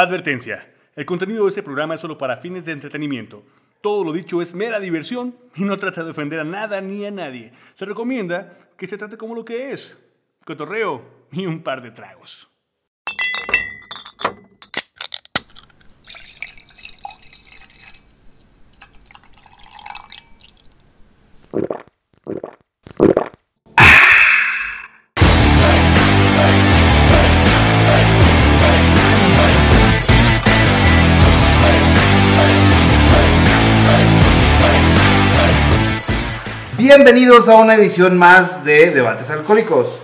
Advertencia. El contenido de este programa es solo para fines de entretenimiento. Todo lo dicho es mera diversión y no trata de ofender a nada ni a nadie. Se recomienda que se trate como lo que es. Cotorreo y un par de tragos. Bienvenidos a una edición más de Debates Alcohólicos.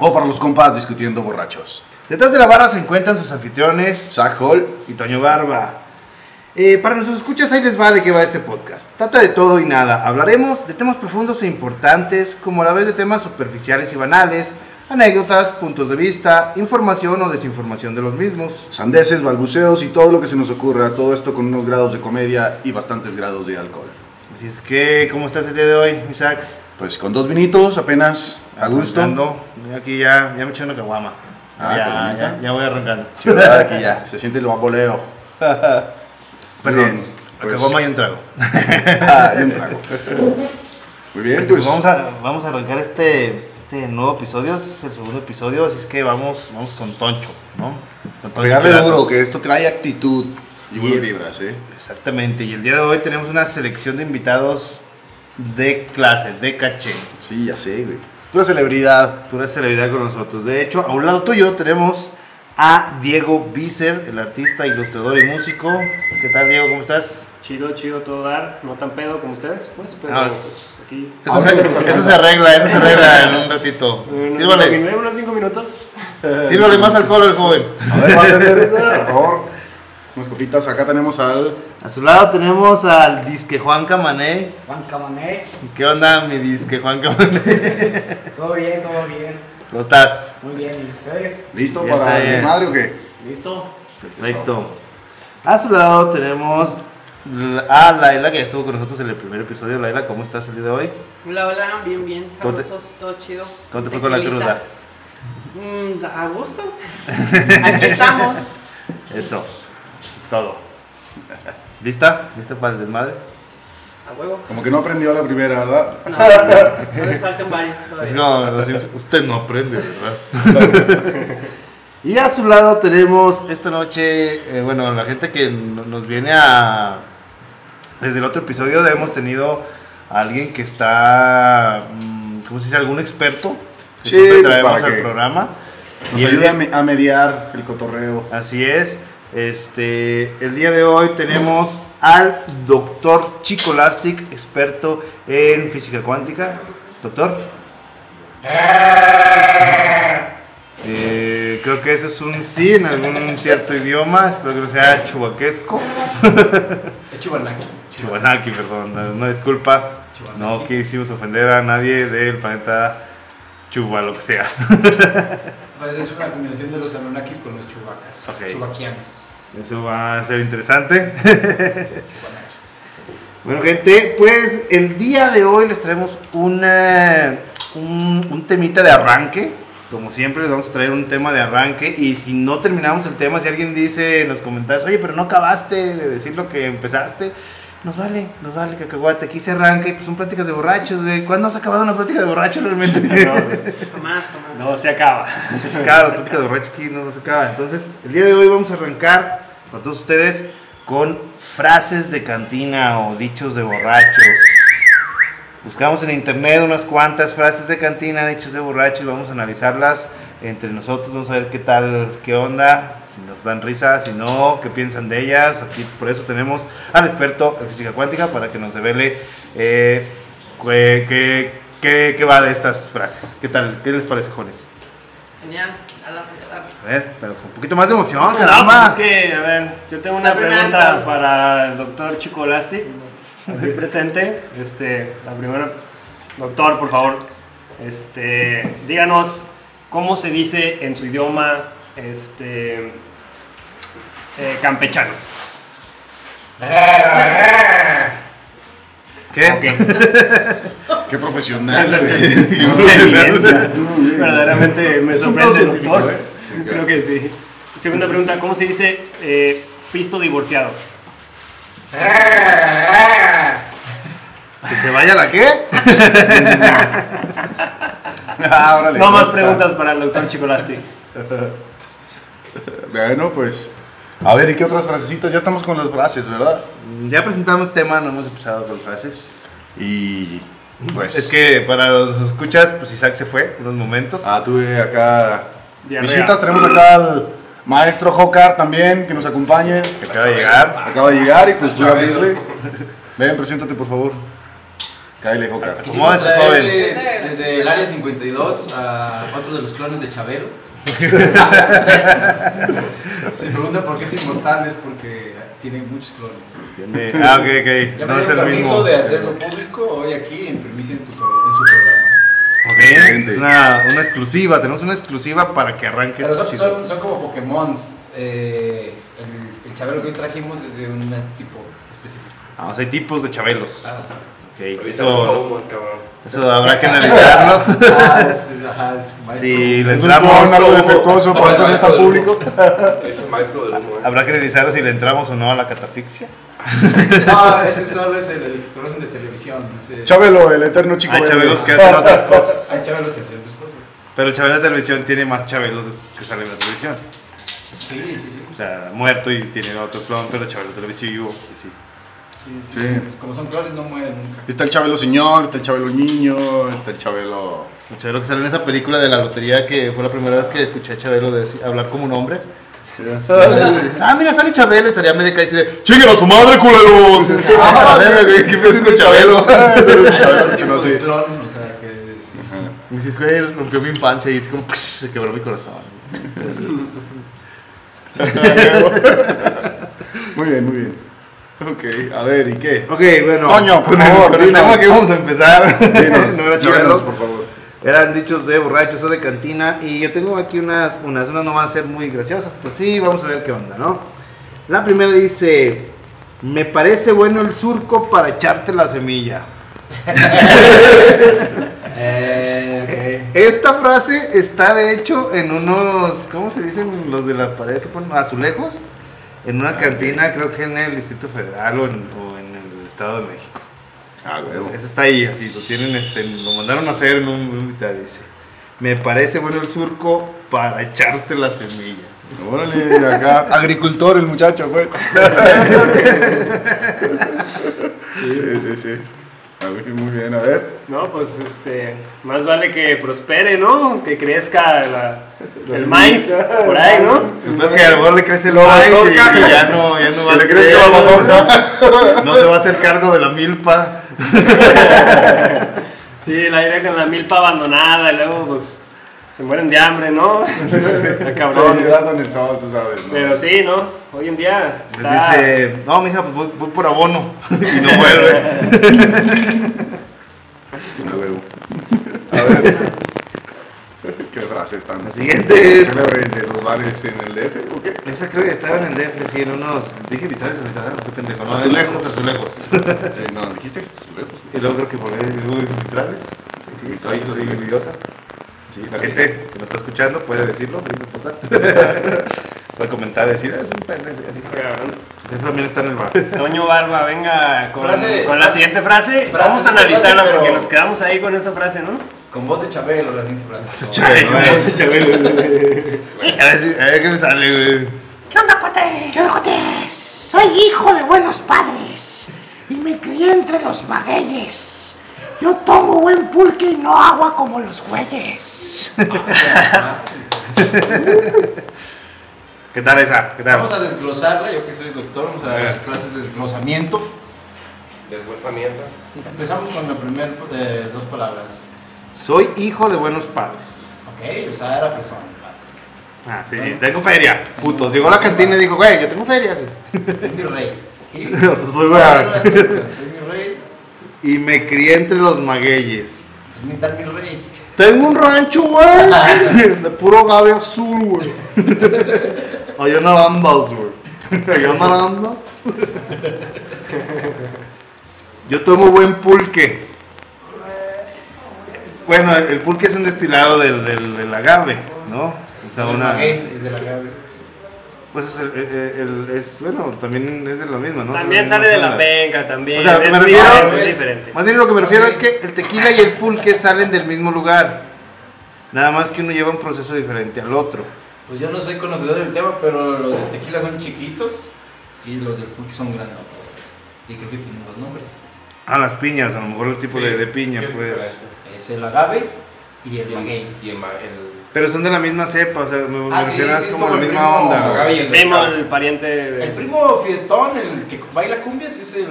O para los compas discutiendo borrachos. Detrás de la barra se encuentran sus anfitriones Zach Hall. y Toño Barba. Eh, para nuestros escuchas, ahí les va de qué va este podcast. Trata de todo y nada. Hablaremos de temas profundos e importantes, como a la vez de temas superficiales y banales, anécdotas, puntos de vista, información o desinformación de los mismos. Sandeces, balbuceos y todo lo que se nos ocurra. Todo esto con unos grados de comedia y bastantes grados de alcohol. Así es que, ¿cómo estás el día de hoy, Isaac? Pues con dos vinitos apenas a gusto. Arrancando. Aquí ya, ya me eché una caguama. Ah, qué ya, bonito. ya, ya voy arrancando. Sí, ¿verdad? Aquí ya se siente el vaporeo. Perdón. Bien, La pues- caguama y un trago. Ah, y un trago. Muy bien, Este, pues, pues. vamos, a, vamos a arrancar este, este nuevo episodio, este es el segundo episodio, así es que vamos, vamos con Toncho, ¿no? Con Toncho Pegarle Piratas. duro, que esto trae actitud y buenas Bien. vibras, ¿eh? Exactamente, y el día de hoy tenemos una selección de invitados de clase, de caché. Sí, ya sé, güey. Tú eres celebridad. Tú eres celebridad con nosotros. De hecho, a un lado tuyo tenemos a Diego Biser, el artista, ilustrador y músico. ¿Qué tal, Diego? ¿Cómo estás? Chido, chido todo dar, no tan pedo como ustedes, pues, pero Ah. pues, aquí. Eso se, eso se arregla, eso se arregla en un ratito. Unos Sírvale, cinco- unos 5 minutos. sírvale más alcohol al joven. A ver, bartender, por favor. Unas copitas. Acá tenemos al. A su lado tenemos al disque Juan Camané. Juan Camané, ¿Qué onda, mi disque Juan Camané? todo bien, todo bien, ¿Cómo estás? muy bien, ¿y ustedes? ¿Listo Ya está para el bien. desmadre o qué? ¿Listo? Perfecto. A su lado tenemos la- a Laila, que ya estuvo con nosotros en el primer episodio. Laila, ¿cómo estás el día de hoy? Hola, hola, bien, bien, ¿Cómo te- sabrosos, todo chido. ¿Cómo te fue con la Tequilita. cruda? Mm, a gusto. Aquí estamos. Eso, es todo. ¿Lista? ¿Lista para el desmadre? A huevo. Como que no aprendió la primera, ¿verdad? No, no les faltan varios todavía. Pues No, no, sí, usted no aprende, ¿verdad? y a su lado tenemos esta noche, eh, bueno, la gente que no- nos viene a... Desde el otro episodio hemos tenido a alguien que está, mm, ¿cómo se dice? Algún experto que Sí, siempre pues, traemos para al que- programa. Nos Y el ayuda día- a me- a mediar el cotorreo. Así es. Este, el día de hoy tenemos al doctor Chico Lastic, experto en física cuántica. Doctor. Eh, creo que ese es un sí en algún cierto idioma. Espero que no sea chubaquesco. Es Chihuanaki. Chubanaki, perdón. no- No disculpa. No quisimos ofender a nadie del planeta Chuba, lo que sea. Pues es una combinación de los Anunnakis con los chubacas, Ok. chubaquianos. Eso va a ser interesante. bueno, gente, pues el día de hoy les traemos una, un, un temita de arranque. Como siempre, les vamos a traer un tema de arranque. Y si no terminamos el tema, si alguien dice en los comentarios, oye, pero no acabaste de decir lo que empezaste, nos vale, nos vale, cacahuate. Aquí se arranca y pues son prácticas de borrachos, güey. ¿Cuándo has acabado una práctica de borrachos realmente? Jamás, jamás. No, se acaba. se acaba, las pláticas de borrachos aquí no se acaba. Entonces, el día de hoy vamos a arrancar con todos ustedes con frases de cantina o dichos de borrachos. Buscamos en internet unas cuantas frases de cantina, dichos de borrachos, vamos a analizarlas entre nosotros, vamos a ver qué tal, qué onda, si nos dan risa, si no, qué piensan de ellas. Aquí por eso tenemos al experto en física cuántica para que nos revele eh, qué, qué- qué- qué va de estas frases. ¿Qué tal? ¿Qué les parece, jóvenes? Genial. A la fregada. A ver, pero con un poquito más de emoción, Pues Ah, caramba. es que, a ver, yo tengo una La primera pregunta alcohol. para el doctor Chico Elastic, aquí presente. Este, la primera. Doctor, por favor, este, díganos cómo se dice en su idioma este, eh, campechano. ¿Qué? Qué profesional. güey. Una eminencia. Verdaderamente me Es un sorprende, todo científico, doctor. ¿eh? Creo que sí. Segunda pregunta, ¿cómo se dice eh, pisto divorciado? ¿Que se vaya la qué? Ah, órale, No más está. preguntas para el doctor Chicolasti. Bueno, pues. A ver, ¿y qué otras frasecitas? Ya estamos con las frases, ¿verdad? Ya presentamos tema, no hemos empezado con frases. Y. Pues. Es que para los escuchas, pues Isaac se fue unos momentos. Ah, tuve acá. Diarrea. Visitas, tenemos acá al maestro Jocar también, que nos acompañe. que acaba de llegar. Acaba de llegar y pues voy a abrirle. Ven, preséntate, por favor. Cáele, Jocar. ¿Cómo es, Quisimos joven? traerles Desde el área 52 a otro de los clones de Chabelo. Se pregunta por qué es inmortal, es porque tiene muchos clones. Eh, Ah, ok, Ya ok. me No es dieron el permiso mismo. de hacerlo público hoy aquí en Primicia en, tu pro- en su programa. Ok, es una, una exclusiva. Tenemos una exclusiva para que arranque Pero esto son, chido. son, son como Pokémons. Eh, el, el Chabelo que hoy trajimos es de un tipo específico. Ah, o sea, hay tipos de chabelos. Ah, Ok, Ahorita no eso, fumo, cabrón. eso habrá que analizarlo. Ah, es, ajá, es maestro. Si Es les un clon, algo damos. de fecoso, por eso no está público. Es el maestro del humo, eh. Habrá que analizar si le entramos o no a la catafixia. No, ese solo es el, el que conocen de televisión. ese- Chabelo, el eterno chico. Hay verde. chabelos que hacen otras cosas. Hay Chabelos que hacen tus cosas. Pero el chabelo de televisión tiene más chabelos que salen de la televisión. Sí, sí, sí. O sea, muerto y tiene otro clon, pero el chabelo de televisión vivo. y sí. Sí, sí, Sí. sí. Como son clones, no mueren nunca. Está el Chabelo señor, está el Chabelo niño, está el Chabelo. El Chabelo que sale en esa película de la lotería que fue la primera vez que escuché a Chabelo decir- hablar como un hombre. Dices, ah, mira, sale Chabelo y salía América y dice, ¡Chinguen a su madre, culeros! ¡Ah, la verga, güey! ¿Qué piensan de Chabelo? Ese era un Chabelo que no soy sé. clon, o sea, que sí. y dices, güey, rompió mi infancia y es como, "Psh", se quebró mi corazón. Muy bien, muy bien. Ok, a ver, ¿y qué? Ok, bueno. Toño, por con el- favor, con el dinos. tema que vamos a empezar. Dinos, no era díganos, Chabelo. por favor. Eran dichos de borrachos o de cantina. Y yo tengo aquí unas, unas, unas no van a ser muy graciosas, entonces sí, vamos a ver qué onda, ¿no? La primera dice, me parece bueno el surco para echarte la semilla. Eh, Esta frase está de hecho en unos, ¿cómo se dicen los de la pared que ponen? Azulejos. En una cantina, creo que en el Distrito Federal o en, o en el Estado de México. Ah, huevo. Eso está ahí, así, lo tienen, este, lo mandaron a hacer en un invitado, dice. Me parece bueno el surco para echarte la semilla. Órale, acá. Agricultor el muchacho, pues. sí, sí, sí. A ver, muy bien, a ver. No, pues este, más vale que prospere, ¿no? Que crezca la- el maíz por ahí, ¿no? Lo que pasa es que a lo mejor le crece el La maíz y, mazorca. y ya no, ya no va ¿Le a crees que creer, la mazorca? No se va a hacer cargo de la milpa. Sí, la idea con la milpa abandonada y luego pues se mueren de hambre, ¿no? Está Se cabrón. deshidratan el sábado, tú sabes, ¿no? Pero sí, ¿no? Hoy en día Les está- dice, no, mija, pues voy, voy por abono. Y no vuelve. A huevo. A ver. ¿Qué frase están? La siguiente es- ¿Célebres de los bares en el DF o qué? Esa creo que estaba en el DF, sí, en unos. Dije vitales o vitales, qué pendejo, no, Azulejos. esos azulejos. Sí, no, dijiste que es lejos. Y luego creo que por ahí digo vitrales. Sí, sí, soy, soy un idiota. Sí, La la gente que nos está escuchando puede decirlo, no importa. puede comentar, decir, "Ah, es un pendejo. y así. Cabrón. Eso también está en el bar. Este Toño Barba, venga con, Frase- con la siguiente frase. frase- Vamos a analizarla frase, pero- porque nos quedamos ahí con esa frase, ¿no? Con voz de Chabelo, la siguiente frase. Ay, güey, A ver, si- a ver qué me sale, güey. ¿Qué onda, cuate? ¿Qué onda, cuate? Soy hijo de buenos padres y me crié entre los magueyes. Yo tomo buen pulque y no agua como los güeyes. ¿Qué tal esa? ¿Qué Vamos tal? a desglosarla, yo que soy doctor, vamos a dar clases de desglosamiento. Después a mierda. Empezamos con la primera eh, dos palabras. Soy hijo de buenos padres. Ok, o sea, era fresón. Ah, sí, sí, tengo feria. Putos, llegó a la cantina y dijo, güey, yo tengo feria. Soy mi rey. ¿ok? O sea, soy Era una- la traducción, Soy mi rey. Y me crié entre los magueyes. Ni tal Pues mi rey. Tengo un rancho, güey. De puro gabe azul, güey. Hay naranjas, güey. Hay naranjas. Yo tomo buen pulque. Bueno, el el pulque es un destilado del, del, del agave, ¿no? O sea, Del una. maguey, desde la llave. pues es, el, el- el- es- bueno, también es de lo mismo, ¿no? También Es sale misma de la zona. penca, también. O sea, me es refiero- diferente, es- diferente. Más bien lo que me refiero es que el tequila y el pulque salen del mismo lugar. Nada más que uno lleva un proceso diferente al otro. Pues yo no soy conocedor del tema, pero los del tequila son chiquitos y los del pulque son grandotes. Y creo que tienen dos nombres. A Ah, las piñas, a lo mejor el tipo Sí, de, de piña, sí es pues. diferente. Es el agave y el Y maguey. el- Y el ma- el- Pero son de la misma cepa, o sea, me, me Ah, sí, refiero a sí, es como como la el misma primo onda. agave. güey. agave. y el El primo, pescado. el pariente El de. primo fiestón, el que baila cumbias, es el,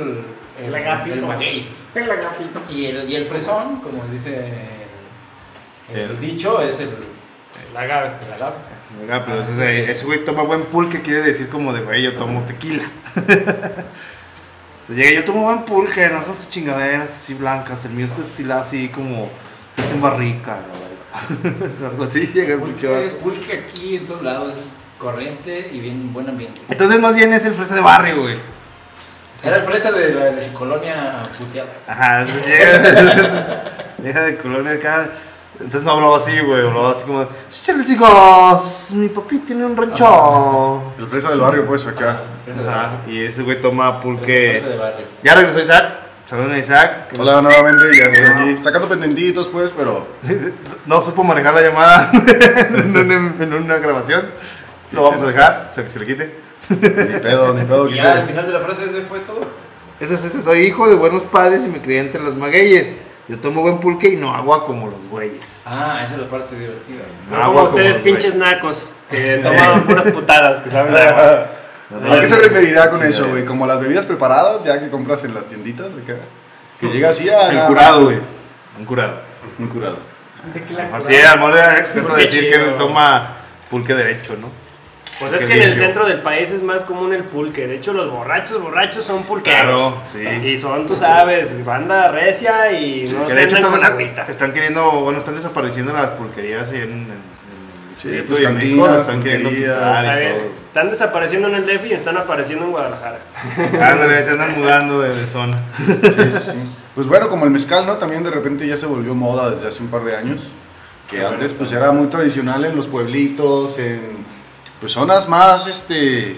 El el, agapito. el maguey. El agapito. Y el, y el fresón, como dice el, el El- dicho, es el, La agave. el agave. Ah, pero, o sea, ese güey toma buen pulque, quiere decir como de, güey, yo tomo tequila. Se llega, yo tomo buen pulque, no esas chingaderas así blancas, el mío está estilado así como, se hace en barrica, la verdad. O sea, así llega el Pulque, muchacho. es pulque aquí en todos lados, es corriente y bien buen ambiente. Entonces más bien es el fresa de barrio, güey. Era el fresa de la, de la colonia puteada. Ajá, entonces llega, llega de colonia acá. Entonces no hablaba así, güey, hablaba así como, chicos, mi papi tiene un rancho. El fresa del barrio, pues, acá. Ajá, y ese güey toma Fresa pulque. de barrio. Ya regresó Isaac. Saludos a Isaac. que Hola, nuevamente, ya estoy aquí. Sacando pendientitos, pues, pero... No supo manejar la llamada en, una, en una grabación. Lo vamos a dejar, se, se le quite. Ni pedo, ni pedo, Y ya al quise. final de la frase ese fue todo. Ese es ese. Soy hijo de buenos padres y me crié entre los magueyes. Yo tomo buen pulque y no agua como los güeyes. Ah, esa es la parte divertida. No No como ustedes, pinches nacos, que tomaban puras putadas, que saben. de agua. ¿A qué se referirá con eso, güey? Como las bebidas preparadas, ya que compras en las tienditas acá. Que llega así a... El curado, güey. Un curado. Un curado. Sí, a lo mejor era cierto Pulque decir que chido. él toma pulque derecho, ¿no? Pues es Qué que en el limpio. centro del país es más común el pulque. De hecho, los borrachos, borrachos son pulqueros. Claro, sí. Y son, tú sabes, banda recia y no Que se de hecho andan están, con agüita. están queriendo, bueno, están desapareciendo las pulquerías ahí en, en- en el Sí, distrito pues, y en México, cantinas, las están queriendo pulquerías. quitar Está y bien. todo. Están desapareciendo en el DF y están apareciendo en Guadalajara. Ándale, se andan mudando de, de zona. Sí, sí, sí. Pues bueno, como el mezcal, ¿no? También de repente ya se volvió moda desde hace un par de años. Que antes pues era muy tradicional en los pueblitos, en pues zonas más, este,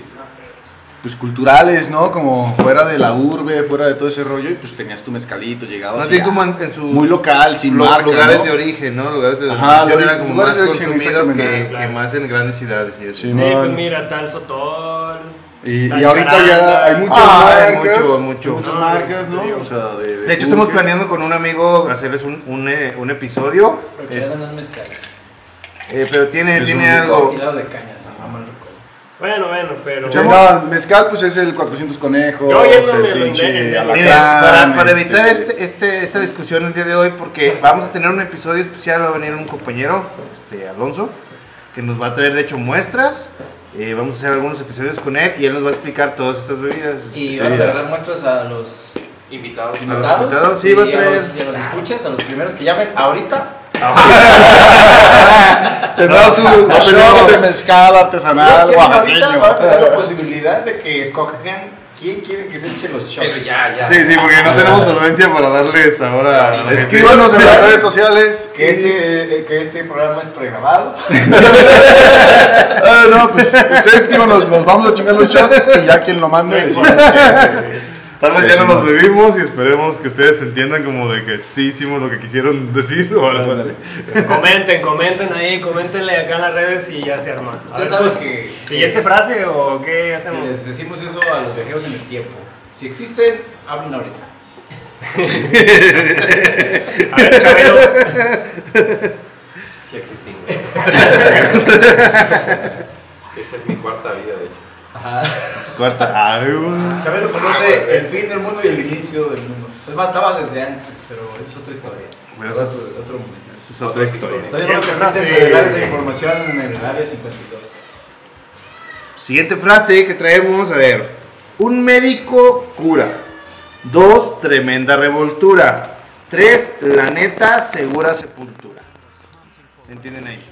pues culturales, ¿no? Como fuera de la urbe, fuera de todo ese rollo y pues tenías tu mezcalito, llegabas Más y bien Ah, ya. como en, en sus muy local, sin lu- marca, lugares ¿no? de origen, ¿no? Lugares de Ajá, origen lugares- era como lugares más de origen, consumido que, exactamente. que más en grandes ciudades. y eso. Sí, Sí, man. pues mira, tal Sotol. Y, Tan y ahorita ya charanga. hay muchas Ah, hay marcas, mucho, mucho. muchas No, marcas, ¿no? te digo. O sea, de, De hecho, estamos buque. planeando con un amigo hacerles un, un, eh, un episodio, Pero es- no es mezcal. eh, pero tiene, Es un tiene licor. algo... Destilado de cañas, si no mal recuerdo. Bueno, bueno, pero. Sí, no, el mezcal pues es el 400 conejos, Yo ya no me el rindé, pinche ya no. Miren, para, para alacrán, evitar este, este, esta discusión el día de hoy, porque vamos a tener un episodio especial, va a venir un compañero, este, Alonso, que nos va a traer de hecho muestras, eh, vamos a hacer algunos episodios con él y él nos va a explicar todas estas bebidas. Y Sí, vamos ya. a agarrar muestras a los Ah. Invitados. invitados. invitados, sí, va a y, traer- los, y a los escuchas, a los primeros que llamen ahorita. Tendrá su shot de mezcal Los artesanal que llamen ahorita van a tener la oaxaqueño. posibilidad de que escojan quién quieren que se eche los shots. Pero ya, ya. Sí, sí, porque no tenemos solvencia para darles ahora. a la gente. Ah. Escríbanos en las redes sociales. Que este, eh, que este programa es pregrabado. Ah, no, pues ustedes escríbanos, nos vamos a chingar los shots y ya quien lo mande. decimos. Tal vez ya Sí, no los no. bebimos y esperemos que ustedes entiendan como de que sí hicimos lo que quisieron decir o algo así. Comenten, comenten ahí, coméntenle acá en las redes y ya se arma. A ver, Ustedes saben pues, que- ¿Siguiente que- frase o qué hacemos? Les decimos eso a los viajeros en el tiempo. Si existen, hablen ahorita. A ver, Chabelo. Sí existimos. Esta es mi cuarta vida, de hecho. Ajá. Es cuarta. Ay, güey. Chabelo conoce el fin del mundo y el inicio del mundo. Es más, estaba desde antes, pero eso es otra historia. Bueno, Otro- eso es- otro momento. Esa es otra historia. Todavía no Siguiente me frase. permiten revelar esa información en el área 52. Siguiente frase que traemos, a ver. Un médico cura. Dos, tremenda revoltura. Tres, la neta, segura sepultura. ¿Entienden ahí?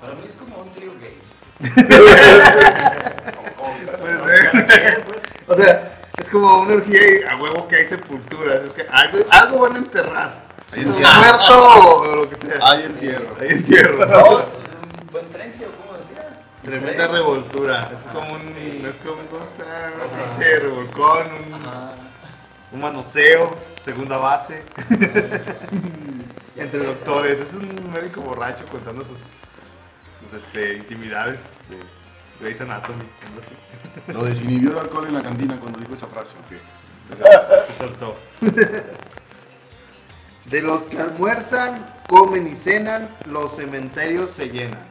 Para mí es como un trío gay. O sea, es como una orgía y a huevo que hay sepultura. Es que algo, algo van a enterrar. Hay un muerto o lo que sea. Hay entierro. Hay entierro. Dos, un buen trencio, ¿cómo decía? Tremenda revoltura. Es como un. Es como un cosa, un pinche revolcón, un, un manoseo, segunda base. Entre doctores. Es un médico borracho contando sus, sus este, intimidades de Grey's Anatomy. algo así. Lo desinhibió el alcohol en la cantina cuando dijo esa frase. Soltó. De los que almuerzan, comen y cenan, los cementerios se llenan.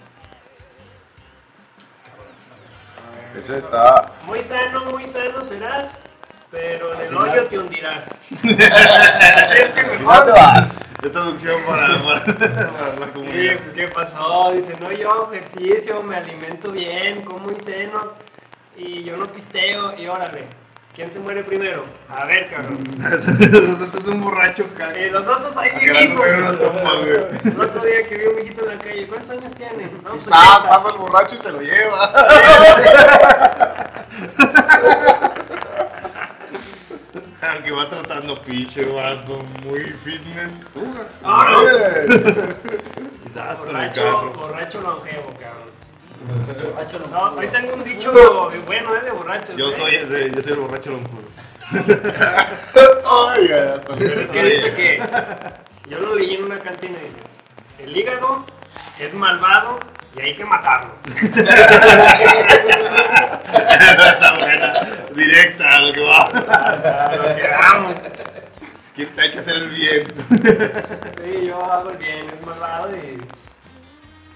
Esa está. Muy sano, muy sano serás, pero en el hoyo te hundirás. Así es que mejor. ¿Dónde vas? Es traducción para, para, para la Sí, comunidad. pues, ¿Qué pasó? Dice, no, yo hago ejercicio, me alimento bien, como y ceno, y yo no pisteo, y órale. ¿Quién se muere primero? A ver, cabrón. Mm. es un borracho caca. Eh, nosotros ahí Agarrando vivimos. una toma, güey. El otro día que vi un viejito en la calle, ¿cuántos años tiene? No, pues, Ah, pasa el borracho y se lo lleva. Aunque va tratando pinche vato, muy fitness. Quizás con el Ah, Borracho, carro. borracho longevo, cabrón. Borracho lo No, hoy tengo un dicho bueno, es de borrachos. Yo ¿eh? soy ese, yo soy el borracho loncuro. Oiga, hasta el- Pero es que dice que yo lo leí en una cantina y dice, el hígado es malvado y hay que matarlo. Está buena. Directa a lo que va. A lo que vamos. Que Hay que hacer el bien. Sí, yo hago el bien, es malvado y pues,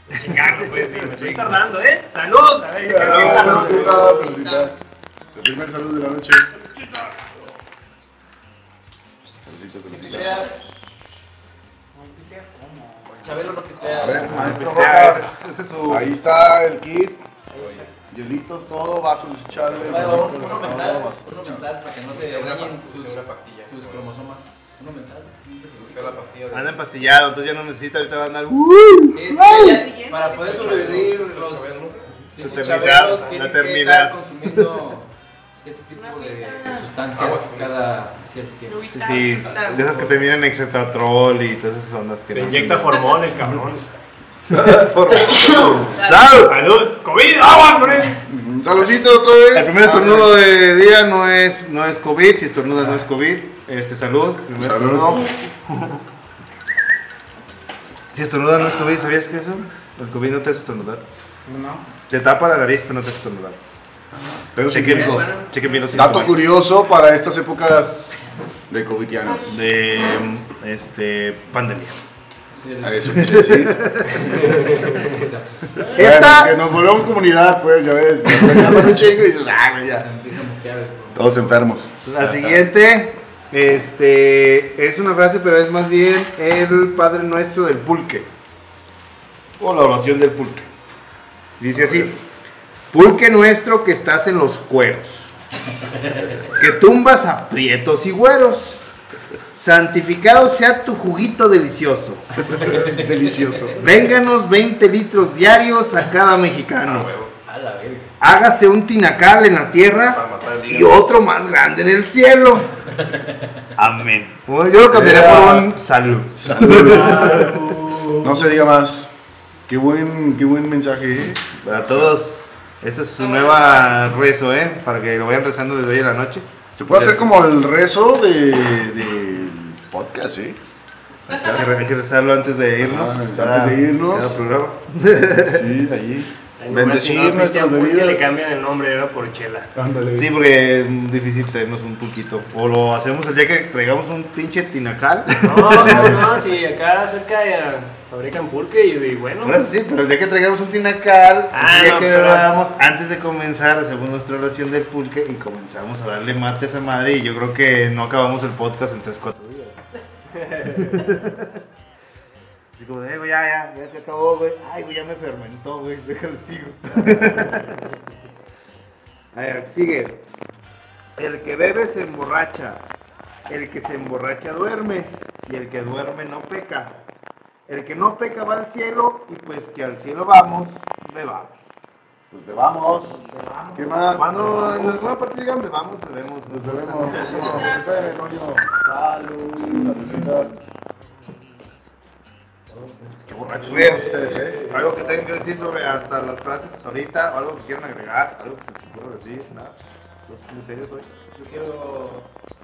de chingarlo, pues, sí, me estoy tardando, ¿eh? ¡Salud! A ver, yo creo que Ah, salud. felicidades, felicidades. El primer saludo de la noche. Chabelo lo que A esté. ver, Ah, maestro Felicidades, Rojas. ese- ese es su. Ahí está el kit. Hielitos, todo, vasos charles, Bueno, hielitos, uno todo, mental, vasos. uno mental para que no se una dañen pas- tus, usé una pastilla. tus cromosomas. Uno mental. Usé la pastilla de. Anda empastillado, entonces ya no necesita, ahorita va a andar. Este, ya, para poder sobrevivir los Su pinches eternidad, chabelos la tienen que eternidad. estar consumiendo cierto tipo de, de sustancias cada cierto tiempo. Sí, sí, de esas que te vienen exetatrol y todas esas ondas que. Se no- inyecta formol el cabrón. ¡Sal! ¡Salud! ¡Covid! ¡Aguas con él! Un saludcito otra vez. El primer Ah, estornudo de día no es, no es COVID, si estornudas no es COVID. Este, salud, primer Salud. estornudo. Si estornudas no es COVID, ¿sabías que eso? El COVID no te hace estornudar. Te tapa la nariz, pero no te hace estornudar. Pedo Chequen, científico. chequen bien los Dato síntomas. curioso para estas épocas de covidianos. De este, pandemia. Sí, el- A Eso quise decir. Bueno, que nos volvemos comunidad, pues, ya ves. Te cuentan un chingo y dices, ah, güey, ya. empieza a moquear el pulmón. Todos enfermos. La siguiente este, es una frase, pero es más bien el Padre Nuestro del pulque. O la oración del pulque. Dice así, pulque nuestro que estás en los cueros, que tumbas a prietos y güeros. Santificado sea tu juguito delicioso. Delicioso. Vénganos 20 litros diarios a cada mexicano. A la verga. Hágase un tinacal en la tierra Para matar el y hígado. otro más grande en el cielo. Amén. Bueno, yo lo cambiaré Yeah. por un salud. No se diga más. Qué buen, qué buen mensaje, ¿eh? Para todos, esta es su nueva rezo, ¿eh? Para que lo vayan rezando desde hoy en la noche. Se puede hacer como el rezo de, del podcast, ¿eh? Hay que re- hay que rezarlo antes de irnos. Ah, antes cada- de irnos. cada programa. Sí, ahí. Bendecir nuestras Que le bebidas. cambian el nombre, era por chela. Ándale. Sí, porque es difícil traernos un pulquito. O lo hacemos el día que traigamos un pinche tinacal. No, no, no, si acá cerca eh, fabrican pulque y, y bueno. Por eso sí, pero el día que traigamos un tinacal, Ah, el día no, que pues, grabamos, antes de comenzar, hacemos nuestra oración del pulque y comenzamos a darle mate a esa madre. Y yo creo que no acabamos el podcast en 3, 4 días. Así como, de, "Eh, güey, ya, ya, ya se acabó, güey. Ay, güey, ya me fermentó, güey, déjalo, sigo. a ver, sigue. El que bebe se emborracha, el que se emborracha duerme, y el que duerme no peca. El que no peca va al cielo, y pues que al cielo vamos, bebamos. Pues bebamos. ¿Qué más? Cuando en alguna partida digan bebamos, bebemos. Nos vemos. Espere, Antonio. Salud. Saludcita. borracho. Ustedes, ¿eh? Algo que tengan que decir sobre hasta las frases hasta ahorita, o algo que quieran agregar, algo que se les ocurra decir, nada. Los serios hoy. Yo quiero.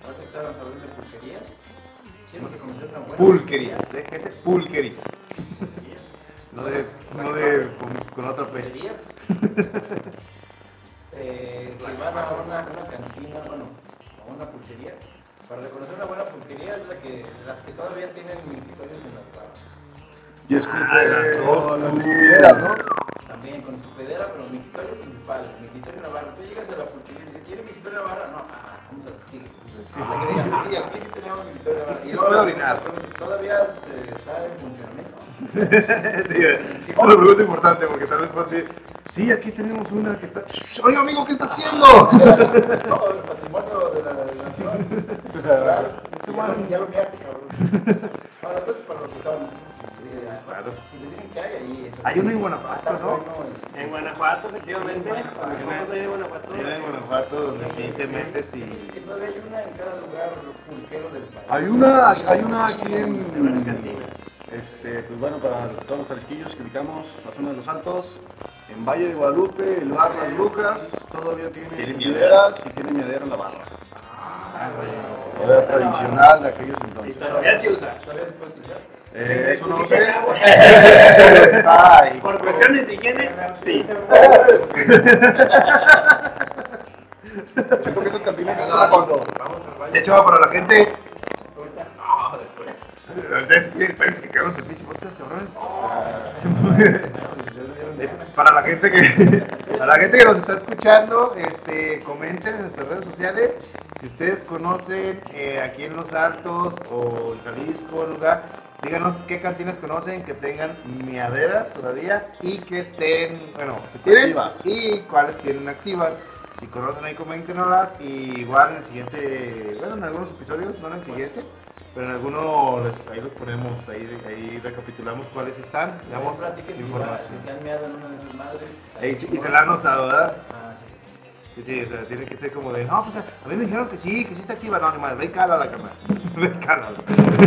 Ahorita que estaban hablando de pulquerías. Quiero reconocer una buena. Pulquería, de gente pulquería. No de, no de con, con otra P. pulquerías. eh, si van a una, una cantina, bueno, a una pulquería. Para reconocer una buena pulquería es la que, las que todavía tienen minitorios en las barras. Y es como que las dos, las ¿no? culeras, ¿no? También con su pedera, pero mixtorio principal, mixtorio Navarra. Tú llegas a la pulquería y dices, ¿quieres mixtorio Navarra? No, ah, vamos a decir. Hasta que digan, sí, aquí sí tenemos mixtorio Navarra. Sí, Y se luego puede la- orinar. Todavía se está en funcionamiento. Sí, una pregunta importante porque tal vez fue así. Sí, aquí tenemos una que está. ¡Shh! Oiga, amigo, ¿qué está haciendo? Todo el patrimonio de la, de la ciudad. Cultural. Ese man ya lo miraste, cabrón. Ahora, entonces, para los que son. eh, Si le dicen que hay ahí. eso. Hay uno en Guanajuato, Está ¿no? bueno, este, En Guanajuato, efectivamente. Vamos a ir a Guanajuato. Hay uno en Guanajuato donde aquí te metes y. que Todavía hay una en cada lugar pulquero del país. Hay una, hay una aquí en. Este, pues bueno, para todos los fresquillos que ubicamos, la zona de los Altos, en Valle de Guadalupe, el bar Las Brujas, todavía tiene Tiene miaderas y tiene miadera en la barra. Era tradicional de aquellos entonces. Todavía se usa. Eh, eso no lo sé. Está ahí. Por cuestiones de higiene, sí. Yo creo que esas cantinas están cuando. De hecho, para la gente. Ustedes que piensan que quedamos el pinche podcast, cabrones. Eh, Para la gente que para la gente que nos está escuchando, este, comenten en nuestras redes sociales si ustedes conocen eh, aquí en Los Altos o en Jalisco, en lugar, díganos qué cantinas conocen que tengan miaderas todavía y que estén, bueno, que tienen Activas. y cuáles tienen activas. Si conocen ahí, coméntenoslas y igual en el siguiente, bueno, en algunos episodios, no en el siguiente. Pero en algunos les- ahí los ponemos, ahí, ahí recapitulamos cuáles están, le damos Platiquen si información. se han meado en una de sus madres. Y, se- y se la han usado, ¿verdad? Ah, sí. Sí, sí, o sea, tiene que ser como de, no, pues a mí me dijeron que sí, que sí está activa, no, animal, ve y cálala, carnal. Ve y cálala.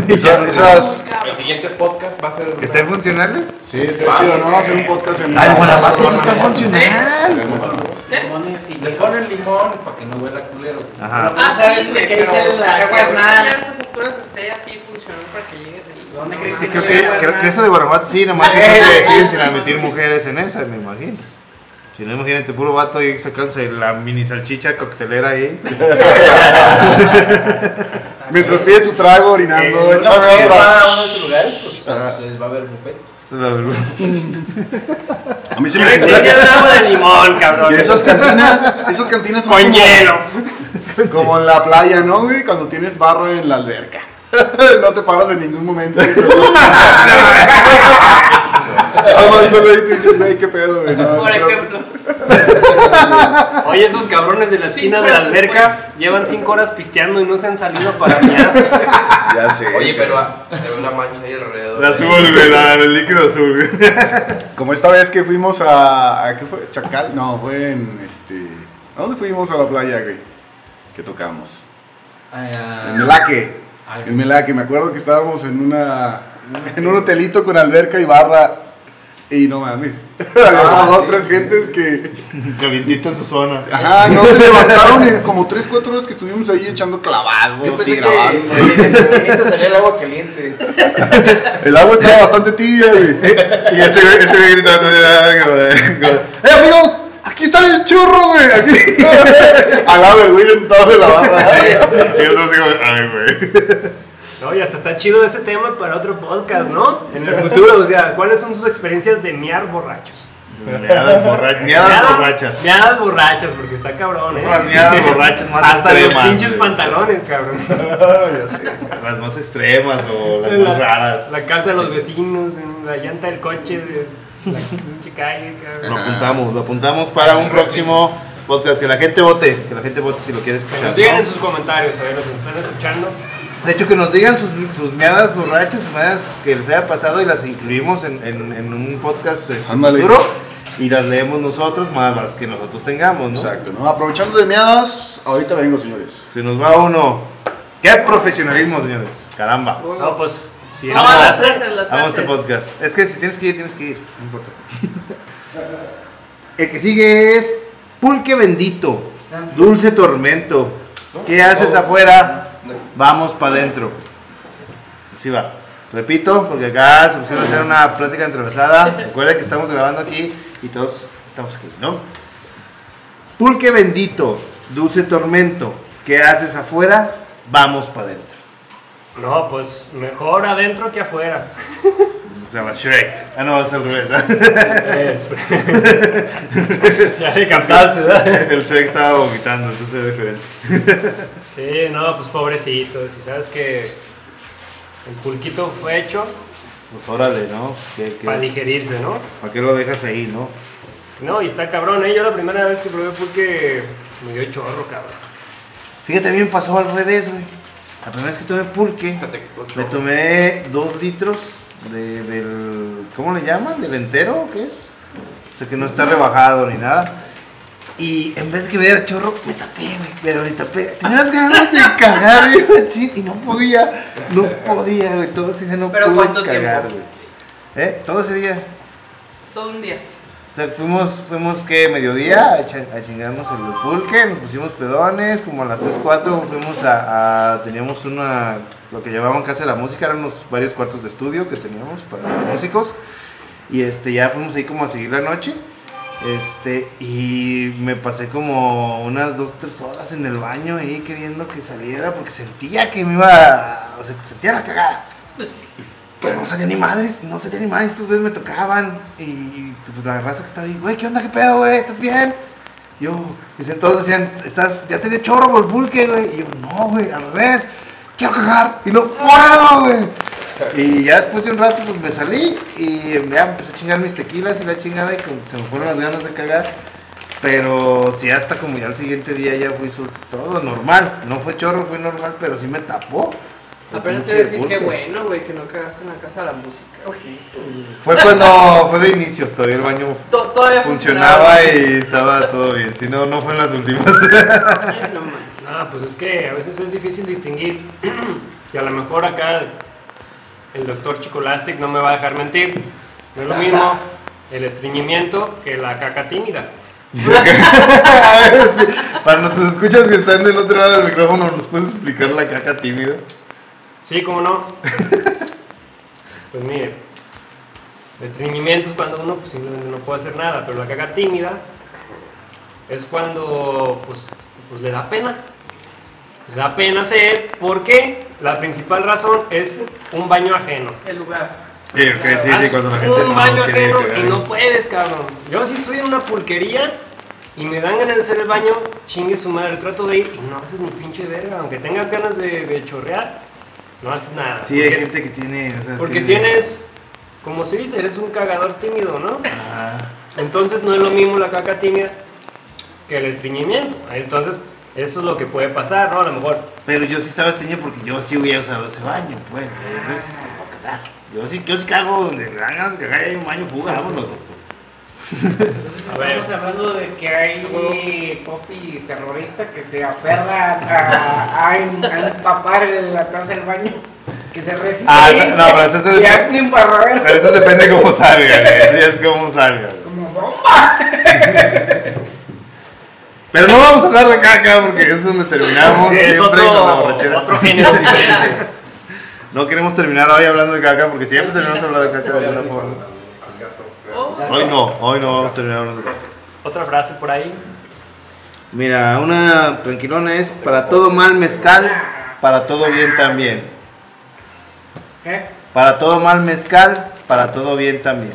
Esas, esas. El siguiente podcast va a ser. ¿Que estén funcionales? Sí, está chido, ¿no? Hacer un podcast en. Ah, Guanajuato sí está funcional. Le ponen limón para que no huela culero. pues, Ajá. Ah, sí, güey, que dice Pero, o sea, la que Guanajuato- a estas alturas esté así funcionando para que llegues ahí. ¿Dónde Es que creo que, creo que eso de Guanajuato sí, nomás que creo que siguen sin admitir mujeres en esa, me imagino. Si no, imagínate, puro vato ahí sacándose la mini salchicha coctelera ahí. Mientras pide su trago, Sí, sí, orinando, no, echando no, otra. a uno de esos lugares, pues les va a haber buffet. A mí se me figura que de limón, cabrón. que esas cantinas, esas cantinas son Con como- hielo. Como en la playa, ¿no, güey? Cuando tienes barro en la alberca. No te paras en ningún momento. Además, tú ahí y tú dices, güey, qué pedo, güey. No, Por pero- ejemplo, Oye, esos cabrones de la esquina de la alberca llevan 5 horas pisteando y no se han salido para miar. Ya sé. Oye, pero ah, se ve una mancha ahí alrededor. La azul, güey, la, el líquido azul, güey. Como esta vez que fuimos a. ¿a qué fue? Chacal. No, fue en este. ¿A dónde fuimos a la playa, güey? Que tocamos. Ah, Ah. En Melaque. En Melaque, me acuerdo que estábamos en una. En un hotelito con alberca y barra. Y no mames. Había Ah, como dos, tres gentes que. Calientito en su zona. Ajá, no se levantaron en como 3, 4 horas que estuvimos ahí echando Yo clavados pensé y que grabando. en esa esquinita salía el agua caliente. El agua estaba bastante tibia, güey. Y este güey este güey gritando, ya, como de- como de- ¡Eh, amigos! ¡Aquí está el churro, güey! Aquí. Al lado del güey sentado de la barra. Y el otro así como, ay, güey. No, y hasta está chido ese tema para otro podcast, ¿no? En el futuro, o sea, ¿cuáles son sus experiencias de miar borrachos? Meadas borrachas. Meadas borrachas. Miadas borrachas, porque está cabrón, Son las ¿eh? meadas borrachas más Hasta los extremas. pinches güey. pantalones, cabrón. Ya sé. Las más extremas o las la, más raras. La casa de los vecinos, en la llanta del coche, de- la pinche calle, Lo cabrón. apuntamos, lo apuntamos para un próximo podcast. Que la gente vote, que la gente vote si lo quiere Que escuchar. nos digan ¿no? en sus comentarios, a ver, los que nos están escuchando. De hecho, que nos digan sus, sus meadas borrachas, sus meadas que les haya pasado y las incluimos en, en- en un podcast este, Ándale. futuro. Y las leemos nosotros, más las que nosotros tengamos, ¿no? Exacto, ¿no? Aprovechando de miadas, ahorita vengo, señores. Se nos va uno. ¡Qué profesionalismo, señores! Caramba. No, pues Sí, No, no. las frases, las Vamos a este frases. podcast. Es que si tienes que ir, tienes que ir. No importa. El que sigue es Pulque Bendito, Dulce Tormento. ¿Qué haces afuera? Vamos para adentro. Así va. Repito, porque acá se pusieron a hacer una plática entrelazada. Recuerda que estamos grabando aquí y todos estamos aquí, ¿no? Pulque Bendito, Dulce Tormento. ¿Qué haces afuera? Vamos para adentro. No, pues mejor adentro que afuera. Se llama Shrek. Ah, no, es al revés. ¿ah? Es- ya le captaste, ¿verdad? El Shrek estaba vomitando, entonces es diferente. Sí, no, pues pobrecito. Si sabes que el pulquito fue hecho Pues órale, ¿no? ¿Qué, qué, para digerirse, ¿no? ¿Para qué lo dejas ahí, no? No, y está cabrón, ¿eh? Yo la primera vez que probé pulque me dio chorro, cabrón. Fíjate, a mí me pasó al revés, güey. La primera vez que tomé pulque, Se te quitó el me tomé dos litros de- del. ¿Cómo le llaman? ¿Del entero? ¿Qué es? O sea, que no está rebajado ni nada. Y en vez que me diera chorro, me tapé, güey. Pero me tapé. Tenía las ganas de cagar, güey, machín, Y no podía, no podía, güey. Todo ese día no ¿Pero pude cuánto cagar, tiempo? güey. ¿Eh? Todo ese día. Todo un día. O sea, fuimos, fuimos que mediodía a, cha- a chingarnos el pulque, nos pusimos pedones, como a las 3, 4 fuimos a, a- teníamos una, lo que llamaban casa de la música, eran unos varios cuartos de estudio que teníamos para los músicos, y este, ya fuimos ahí como a seguir la noche, este, y me pasé como unas 2, 3 horas en el baño ahí queriendo que saliera, porque sentía que me iba, a- o sea, que sentía la cagada. Pero no salía ni madres, no salía ni madres, estos güeyes me tocaban. Y pues la raza que estaba ahí, güey, ¿qué onda? ¿Qué pedo, güey? ¿Estás bien? Yo, dicen todos, decían, estás, ya te dio chorro por el pulque, güey. Y yo, no, güey, al revés, quiero cagar y no puedo, güey. Y ya después de un rato, pues me salí y ya empecé a chingar mis tequilas y la chingada y como que se me fueron las ganas de cagar. Pero sí, hasta como ya el siguiente día ya fui su- todo normal. No fue chorro, fue normal, pero sí me tapó. el Apenas pinche te voy a decir pulque. que bueno, güey, que no cagaste en la casa de la música, güey. Fue cuando fue de inicios, todavía el baño To- Todavía funcionaba y estaba todo bien. Si no, no fue en las últimas. Ay, No manches. No, pues es que a veces es difícil distinguir. y a lo mejor acá el, el doctor Chicolastic no me va a dejar mentir. No es lo mismo el estreñimiento que la caca tímida. Para nuestros escuchas que están del otro lado del micrófono, ¿nos puedes explicar la caca tímida? Sí, cómo no. pues mire, el estreñimiento es cuando uno pues, simplemente no puede hacer nada, pero la caca tímida es cuando pues, pues, le da pena. Le da pena hacer porque la principal razón es un baño ajeno. El lugar. Sí, ok, sí, Haz sí, cuando la gente un baño quiere ajeno cagar. y no puedes, cabrón. Yo si estoy en una pulquería y me dan ganas de hacer el baño, chingue su madre, trato de ir y no haces ni pinche verga. Aunque tengas ganas de, de chorrear, no haces nada. Sí, hay Porque- gente que tiene. o sea, porque tiene- tienes, como se dice, eres un cagador tímido, ¿no? Ah, Entonces no es lo mismo la caca tímida que el estreñimiento. Entonces, eso es lo que puede pasar, ¿no? A lo mejor. pero yo sí estaba esteñido porque yo sí hubiera usado ese baño, pues. eh, pues, para cagar. Yo sí, yo sí cago donde me dan ganas de cagar y hay un baño fuga, vámonos. A ver. Estamos hablando de que hay popis terroristas que se aferran a, a en- a empapar el- la taza del baño, que se resisten. Ah, esa- no, pero eso es- Y hacen un embarradero. Pero eso depende de cómo salga, güey. Eso ya es cómo salga. güey. Como bomba. Pero no vamos a hablar de caca porque es donde terminamos Es siempre con la otro, borrachera. otro género diferente. No queremos terminar hoy hablando de caca porque siempre terminamos hablando de caca de alguna forma. Oh. Hoy no, hoy no vamos a terminar hablando de caca. Otra frase por ahí. Mira, una tranquilona es para todo mal mezcal, para todo bien también. ¿Qué? Para todo mal mezcal, para todo bien también.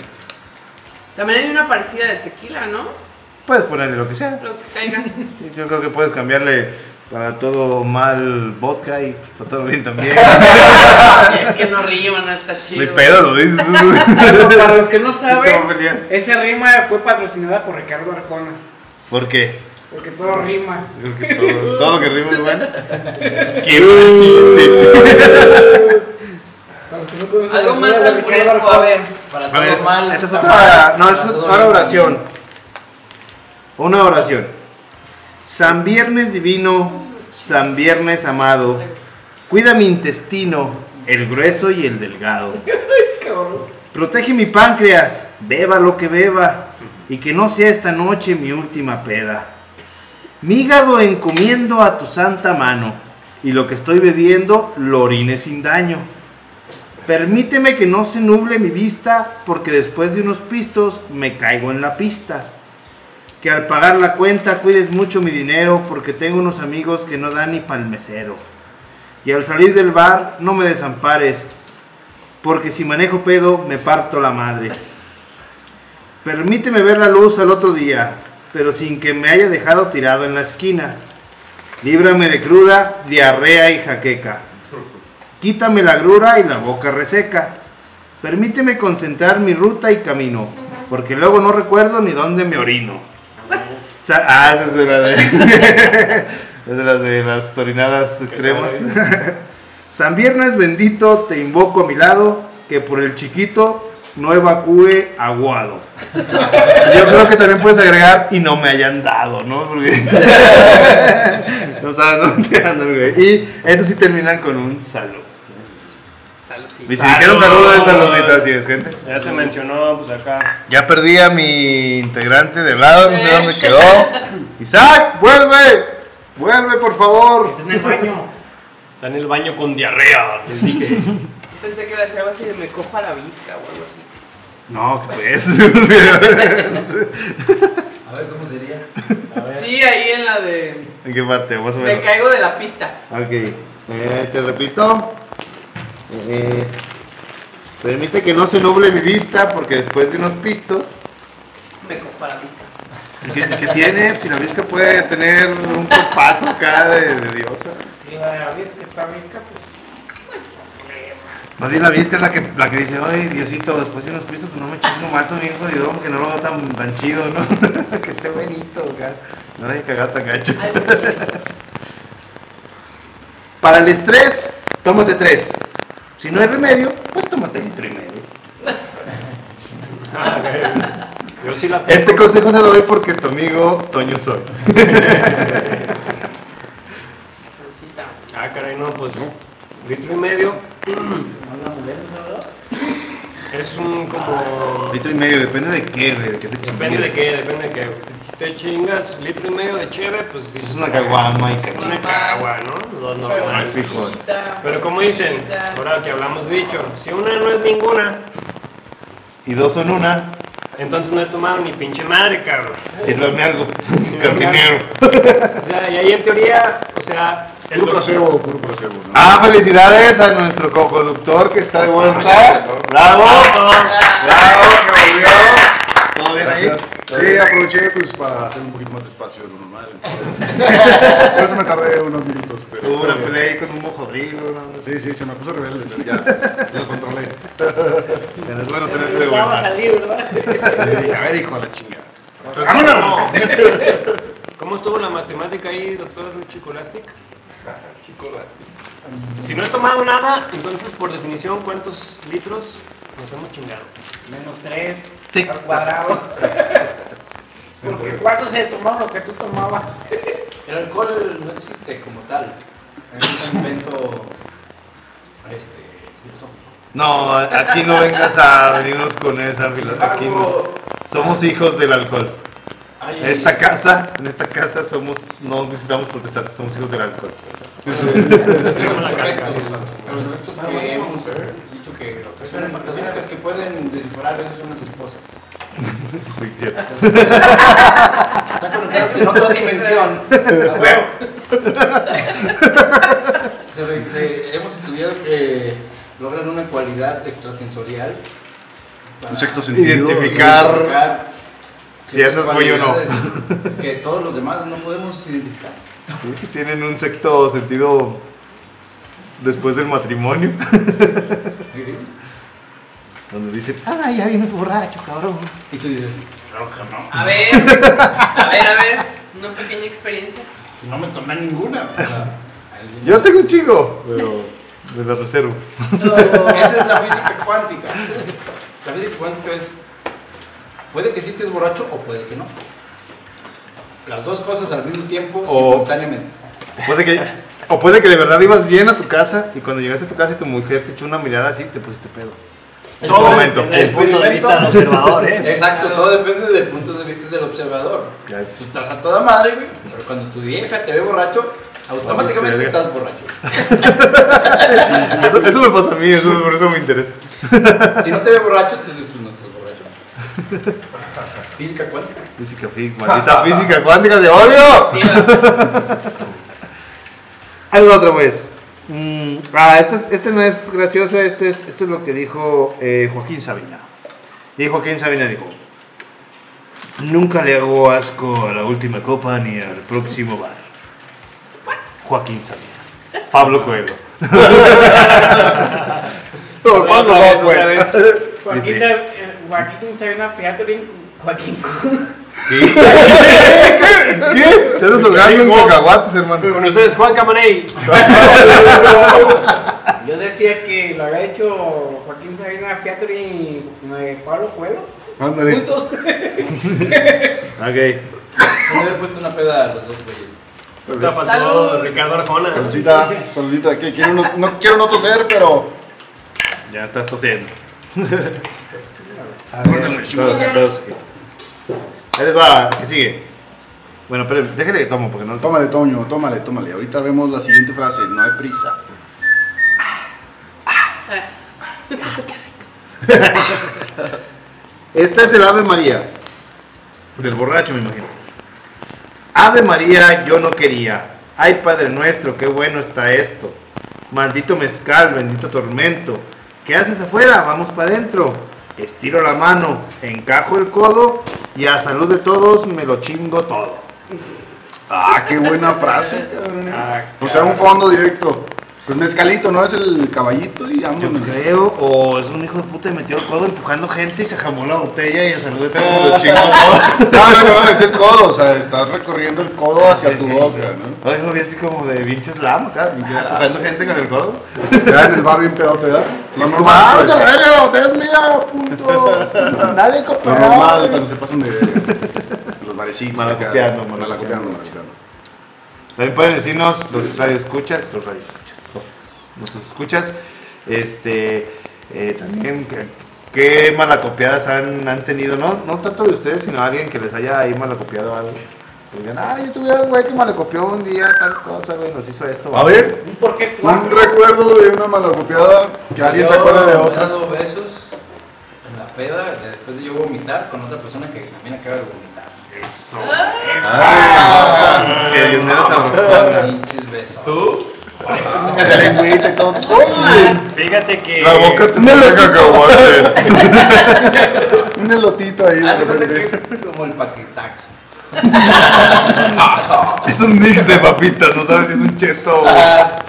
También hay una parecida de tequila, ¿no? Puedes ponerle lo que sea. Lo que caiga. Yo creo que puedes cambiarle para todo mal vodka y para todo bien también. es que no riman, no está chido. Ni pedo lo dices. Pero para los que no Te voy a saben, pelear. esa rima fue patrocinada por Ricardo Arjona. ¿Por qué? Porque todo rima. Creo que todo, todo lo que rima es bueno. ¡Qué buen chiste! Para los que no conocen Algo la más rima de Ricardo refresco, a Arjona. ver. Para A ver, todo mal. esa es para otra, no, para esa es todo otra bien. oración. Una oración. San Viernes divino, San Viernes amado, cuida mi intestino, el grueso y el delgado. Protege mi páncreas, beba lo que beba, y que no sea esta noche mi última peda. Mi hígado encomiendo a tu santa mano, y lo que estoy bebiendo lo orine sin daño. Permíteme que no se nuble mi vista, porque después de unos pistos me caigo en la pista. Que al pagar la cuenta cuides mucho mi dinero, porque tengo unos amigos que no dan ni pa'l mesero. Y al salir del bar no me desampares, porque si manejo pedo me parto la madre. Permíteme ver la luz al otro día, pero sin que me haya dejado tirado en la esquina. Líbrame de cruda, diarrea y jaqueca. Quítame la grura y la boca reseca. Permíteme concentrar mi ruta y camino, porque luego no recuerdo ni dónde me orino. Sa- ah, esa es de la de, es de las de las orinadas extremas. San Viernes bendito, te invoco a mi lado, que por el chiquito no evacúe aguado. Yo creo que también puedes agregar y no me hayan dado, ¿no? Porque no saben dónde andan, güey. Y eso sí terminan con un saludo. Y si dijeron saludos es saludita, así es, gente. Ya se mencionó, pues acá. Ya perdí a mi integrante de lado, no sé dónde quedó. Isaac, vuelve, vuelve por favor. pues, en el baño. Está en el baño con diarrea, les dije. Pensé que iba a decir algo así de me coja la visca o algo así. No, ¿qué pues? A ver cómo sería. Sí, ahí en la de. ¿En qué parte? Más o Me menos. caigo de la pista. Ok, eh, te repito. eh, permite que no se nuble mi vista porque después de unos pistos. Me coja la visca. ¿Qué, qué tiene? Si la visca puede tener un paso acá de, de diosa. Si la visca está visca, pues. Más bien la visca es la que, la que dice, ay Diosito, después de unos pistos no me chingo, mato a mi hijo de que no lo hago tan, tan chido, ¿no? que esté bonito, acá. No le he cagado tan gacho. Algo Para el estrés, tómate tres. Si no hay remedio, pues tómate litro y medio. Ah, Yo sí la Este consejo se lo doy porque tu amigo Toño soy. Rosita. Ah, caray, no, pues. Litro y medio. Es un como. Litro y medio, depende de qué, güey, de qué te Depende de qué, depende de qué. Si te chingas litro y medio de cheve, pues dices. Es una caguama y cachín. Una cagua, ¿no? Lo normal. fijo. Pero como dicen, ahora que hablamos dicho, si una no es ninguna, Y dos son una, entonces no es tomado ni pinche madre, cabrón. sírveme algo. algo. Cantinero. O sea, y ahí en teoría, o sea, el Puro doctor- placebo, puro placebo, ¿no? Ah, felicidades a nuestro co-conductor que está de vuelta. ¡Bravo! ¡Bravo! ¡Que volvió! ¿Todo bien ahí? Gracias. Sí, aproveché pues para hacer un poquito más de espacio de lo normal. entonces. Por eso me tardé unos minutos, pero. Hubo una pelea ahí con un mojodrilo. ¿no? Sí, sí, se me puso rebelde, pero ya lo controlé. Pero es bueno tenerte de vuelta. Le dije, a ver, hijo de la chingada. No. ¿Cómo estuvo la matemática ahí, doctor Chicolastic? Si no he tomado nada, entonces por definición, ¿cuántos litros nos hemos chingado? Menos 3 al cuadrado. Porque cuando se tomaba lo que tú tomabas. El alcohol no existe como tal. Es un invento. Este. No, aquí no vengas a venirnos con esa filo- Aquí no. Somos hijos del alcohol. Hay, En esta casa, en esta casa somos, no visitamos protestantes, somos hijos del alcohol. Pero los efectos, pero los efectos Ah, que hemos dicho que ocasionan, las únicas que pueden descifrar eso son las esposas. Sí, cierto. Están conectadas en otra dimensión. Se re- se- hemos estudiado que logran una cualidad extrasensorial. para Un sexto sentido. Identificar identificar si eso es güey o no. cualidades Que todos los demás no podemos identificar. Sí, sí tienen un sexto sentido después del matrimonio. Donde dicen, ah, ya vienes borracho, cabrón. Y tú dices, A ver, a ver, a ver. Una pequeña experiencia. no me tomé ninguna. O sea, alguien- Yo tengo un chingo, pero me lo reservo. Esa es la física cuántica. La física cuántica es. Puede que sí estés borracho o puede que no. Las dos cosas al mismo tiempo, O- simultáneamente. Puede que, O puede que de verdad ibas bien a tu casa y cuando llegaste a tu casa y tu mujer te echó una mirada así, te pusiste pedo. En su Todo momento. depende del punto de vista del observador, ¿eh? Exacto, todo depende del punto de vista del observador. Ya, Tú estás a toda madre, güey, pero cuando tu vieja te ve borracho, automáticamente Cuando te estás borracho. Eso, eso me pasa a mí, eso, por eso me interesa. Si no te ve borracho, entonces tú no estás borracho. Física cuántica. Física, física, maldita física cuántica de odio. Algo otro, pues. Mm, ah, este, es- este no es gracioso, este es, esto es lo que dijo eh, Joaquín Sabina. Y Joaquín Sabina dijo: Nunca le hago asco a la última copa ni al próximo bar. Joaquín Sabina. Pablo Coelho. No, Pablo Otra vez, no, otra pues. vez. Joaquín, Sí, sí. eh, Joaquín Sabina featuring Joaquín Kun. ¿Qué? Te eres ahogando en cacahuates, hermano. Con ustedes, Juan Camaney. Yo decía que lo había hecho Joaquín Sabina featuring eh, Pablo Coelho. Ándale. Juntos. Ok. Me hubiera puesto una peda a los dos güeyes. Te faltó Ricardo Arjona. Saludita, saludita, que quiero no, no- quiero no toser, pero. Ya estás tosiendo. A ver, Todos, todos. Ahí les va, que sigue. Bueno, pero déjale que tomo porque no lo tomo. Tómale, Toño, tómale, tómale. Ahorita vemos la siguiente frase, no hay prisa. Esta es el Ave María. Del borracho, me imagino. Ave María, yo no quería. Ay, Padre nuestro, qué bueno está esto. Maldito mezcal, bendito tormento. ¿Qué haces afuera? Vamos para adentro. Estiro la mano, encajo el codo y a salud de todos me lo chingo todo. Ah, qué buena frase, cabrón. eh. O sea, un fondo directo. Pues mezcalito, ¿no? Es el caballito y Yo vámonos. creo, o es un hijo de puta que metió el codo empujando gente y se jamó la botella y el saludo de todo lo chingó todo. Pues No, no, no, es el codo, o sea, estás recorriendo el codo hacia tu boca, ¿no? pues, Ahora lo vi así como de pinche slam acá, empujando gente con el codo. Ya en el bar bien pedote, ¿verdad? La Es como, normal, "Vamos pues. a ver". ¡Pero ustedes mira, punto! ¡Nadie Lo normal cuando se pasan de los barecitos. Malacopeando, acá. malacopeando. malacopeando. malacopeando. También pueden decirnos los radioescuchas, los radioescuchas, los, nuestros escuchas, este, eh, también que- qué malacopiadas han, han tenido, no, no tanto de ustedes, sino alguien que les haya ahí malacopiado algo. Que digan, ah, yo tuve un güey que malacopió un día tal cosa, güey, nos hizo esto. A ver, ¿Por qué un cuatro? recuerdo de una malacopiada que alguien se acuerda de Yo me he otra. dado besos en la peda después de yo vomitar con otra persona que también acaba de vomitar. Eso. Ah, que Dios me lo Ah, sabrosona. Pinches besos. ¿Tú? La lengüita y todo. Fíjate que. La boca te sale cacahuates. Un elotito ahí de Haz de cuenta que repente. es como el paquetaxo. Es un mix de papitas, no sabes si es un cheto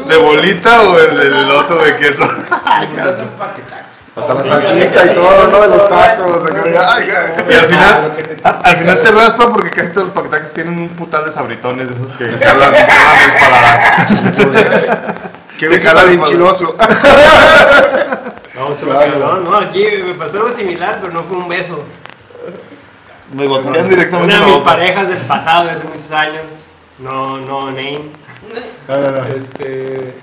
de bolita o el del otro de queso. Estás un paquetaxo. Hasta la salsita y todo, ¿no? De los tacos. acá, de- Ay, ya. Y al final, a- al final te raspa porque casi todos los paquetaxos tienen un putal de sabritones de esos que jalan, jalan el paladar. Qué Te besito jala el bien palo. chiloso. No, otro Claro. cabrón. No, aquí me pasó algo similar, pero no fue un beso. Me golpean directamente la Una de mis boca. parejas del pasado, de hace muchos años. No, no, name. Este.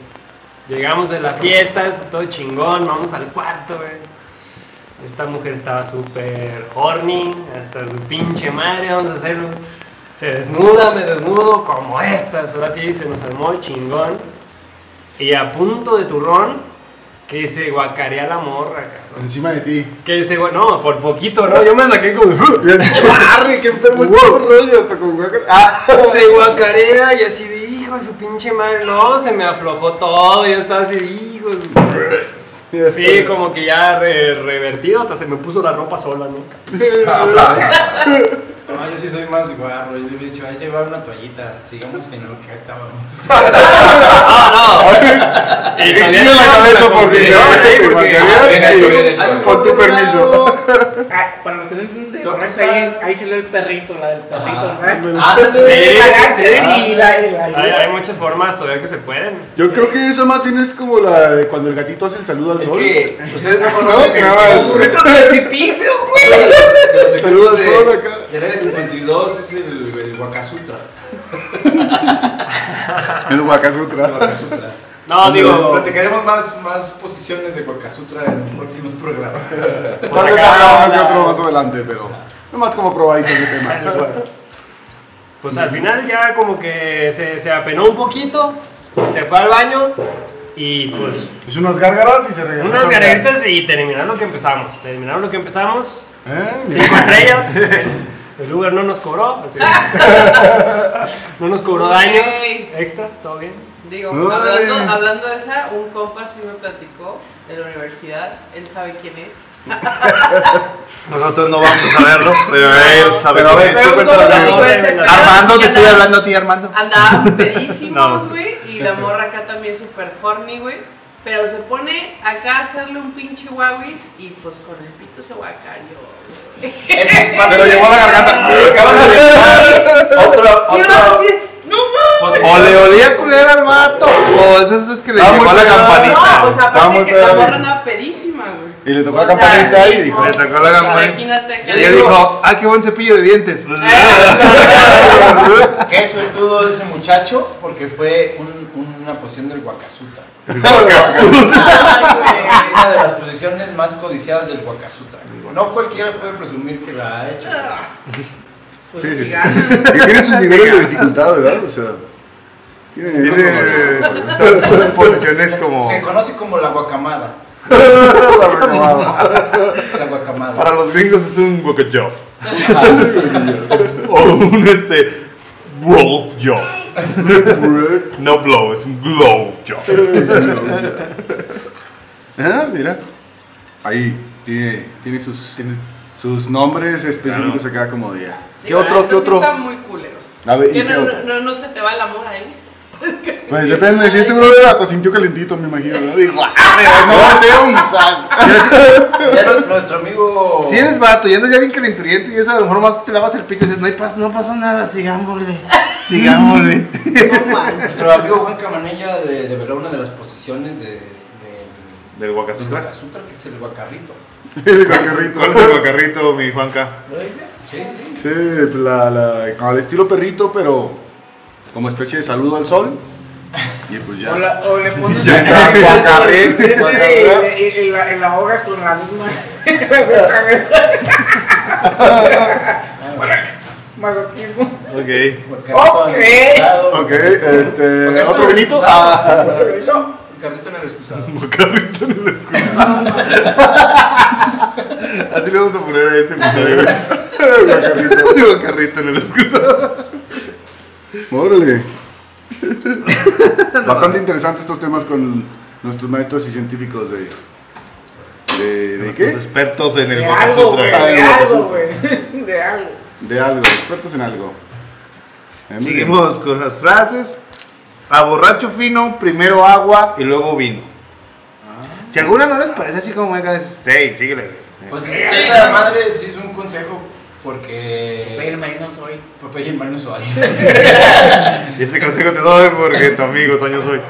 Llegamos de las fiestas, todo chingón, vamos al cuarto, güey. Esta mujer estaba súper horny, hasta su pinche madre, vamos a hacerlo. Se desnuda, me desnudo, como estas. Ahora sí, se nos armó el chingón. Y a punto de turrón, que se guacarea la morra, cabrón. Encima de ti. Que se gua- no, por poquito, ¿no? Yo me saqué como. ¡uh! Y así, ¡Arre, qué enfermo es todo ese rollo! Hasta con guaca- ¡Ah! Pues Se guacarea y así de hijo de su pinche madre, no, se me aflojó todo, yo estaba así de hijo de su-". Sí, como que ya re- revertido, hasta se me puso la ropa sola, ¿no? No, yo sí soy más guarro. Yo hubiera dicho, ahí llevaba una toallita. Sigamos en lo que estábamos. Y Ah, Tiene la cabeza por si se va a caer, guacarear, y- Con tu permiso. Ah, para los que no entienden, Tú por eso acá. ahí, ahí salió el perrito, la del perrito, Ah. ¿verdad? Sí, La sí, gasa, sí. sí, la, la, Hay, hay muchas formas todavía que se pueden. Yo creo que eso más bien es como la de cuando el gatito hace el saludo al Es sol. que ustedes no No, conocen no, el es- nombre. precipicio, güey. De los Saludos al equipos sol de- acá. Del área 52 es el, el Wakasutra. El Wakasutra. Guacasutra. No, Digo, digo, platicaremos más, más posiciones de Guacasutra en próximos programas. Tal vez habrá que otro más adelante, pero. Nomás como probadito ese tema. pues al final ya como que se, se apenó un poquito, se fue al baño y pues Hizo unas gárgaras y se regresó. unas también. garetas y terminaron lo que empezamos. Terminaron lo que empezamos, ¿Eh? cinco estrellas. El- El Uber no nos cobró, así que- no nos cobró daños Yay. extra, todo bien. Digo, Ay. hablando, hablando de esa, un compa sí me platicó de la universidad, él sabe quién es. Nosotros no vamos a saberlo, pero él sabe. Pero a que- ver, tú Pero cuéntala, como Armando. no puede ser, pero Armando, sí te estoy andaba- hablando a ti, Armando. Andaban pedísimos, No. pues, güey, y la morra acá también súper horny, güey. Pero se pone acá a hacerle un pinche guawis y pues con el pito se guacareó. güey. Se lo llevó a la garganta. Otro, Y el vato otro. así, no mames. O le olía culera al mato, o esas veces que le Ah, llegó muy a la bien. campanita. No, o sea, Estaba muy aparte que la pedo. morra andaba pedísima, güey. Y le tocó O la sea, campanita y dijo. Le sacó la campana. Imagínate acá. Y él dijo, ah, qué buen cepillo de dientes. Pues, ¿Eh? Qué suertudo ese muchacho, porque fue un- un- una posición del Guacasutra. Ay, Una de las posiciones más codiciadas del Guacasutra. No cualquiera puede presumir que la ha hecho. güey. Sí, Pues sí, si sí. ganan. Que tiene sus niveles de dificultad, ¿verdad? O sea. Tiene. Tiene son posiciones como Se conoce como la guacamada. La reclamada. La guacamada. para los gringos es un bucket job. o un este blow job. No blow, es un blow job. Ah, mira. Ahí tiene, tiene sus, tiene sus nombres específicos acá como de. "Ah, ¿Qué Digo, otro? ¿Qué esto sí otro? Está muy culero. A ver, Que ¿y qué no, otro? no, no, no se te va el amor ahí. Pues depende, si este brother hasta sintió calentito, me imagino, ¿no? Dijo, ¡ah, no, te un sal! Ya no- nuestro amigo. Si eres vato y andas ya bien calenturiente y eso a lo mejor más te lavas el pito y dices, no, hay pas- no pasó nada, sigámosle. Sigámosle. No manches. Nuestro amigo Juan Camanella de, de verdad, una de las posiciones de. de Del del Guacasutra, que es el guacarrito. El guacarrito. ¿Cuál es el guacarrito, mi Juanca? ¿Lo dice? Sí, sí. Sí, pues, la, la, con el estilo perrito, pero como especie de saludo al sol. Y pues ya. O, la- o le pones Ya está, guacarrito. Y- y- y- y la, y la ahogas con la misma. Masoquismo. Ok. Eh, Guacarrito en el excusado. Ok. Ok, este. Guacarrito ¿Otro en el vinito? excusado, Ah, sí, guacarrito. Guacarrito en el excusado. Guacarrito en el excusado. Así le vamos a poner a este episodio. Guacarrito. Guacarrito en el excusado. órale. Bastante interesante estos temas con nuestros maestros y científicos de. ¿De, de Los qué? expertos en el De Kama algo, güey. Sutra. De Ah, el algo, güey. De algo. De algo, expertos en algo. Eh, muy bien. Seguimos con las frases. A borracho fino, primero agua y luego vino. Ah. Si alguna no les parece así como, venga, es, hey, síguele. Pues esa madre sí es un consejo porque. Pero marino soy. Papel y hermano Suárez. Y ese consejo te doy porque tu amigo Toño soy.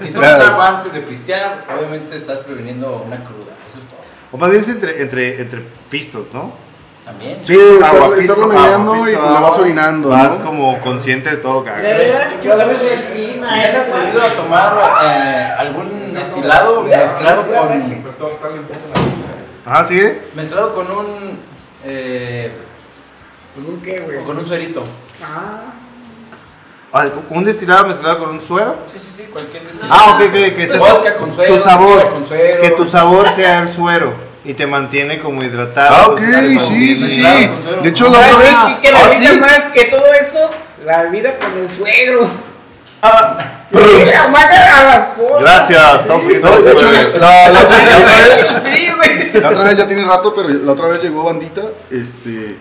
Si tomas agua antes de pistear, obviamente estás previniendo una cruda. Eso es todo. O más bien es entre, entre, entre pistos, ¿no? También. Sí, estarlo- pisto, estarlo agua, mediando pisto, y lo agua. vas orinando, Vas ¿no? como consciente de todo lo que hagas. Quiero saber si han aprendido a tomar eh, algún destilado mezclado con, Ajá, sigue. mezclado con un eh, Pues, ¿un qué, güey? o con un suerito. Ah. Ah, Un destilado mezclado con un suero. Sí, sí, sí, cualquier destilado. Ah, ok, que, que sea Vodka con suero, tu sabor, vodka con suero. que tu sabor sea el suero y te mantiene como hidratado. Ah, ok, Hidratado. sí, sí, sí. Claro, con suero. De hecho, la otra vez. Ah, sí, que la ah, vida sí. más que todo eso, la vida con el suegro. Ah, Sí, Pero- la madre a las cosas. Gracias, estamos aquí No, todos de hecho, iguales. la, la otra, la otra vez. Sí, güey. La otra vez ya tiene rato, pero la otra vez llegó bandita. Este.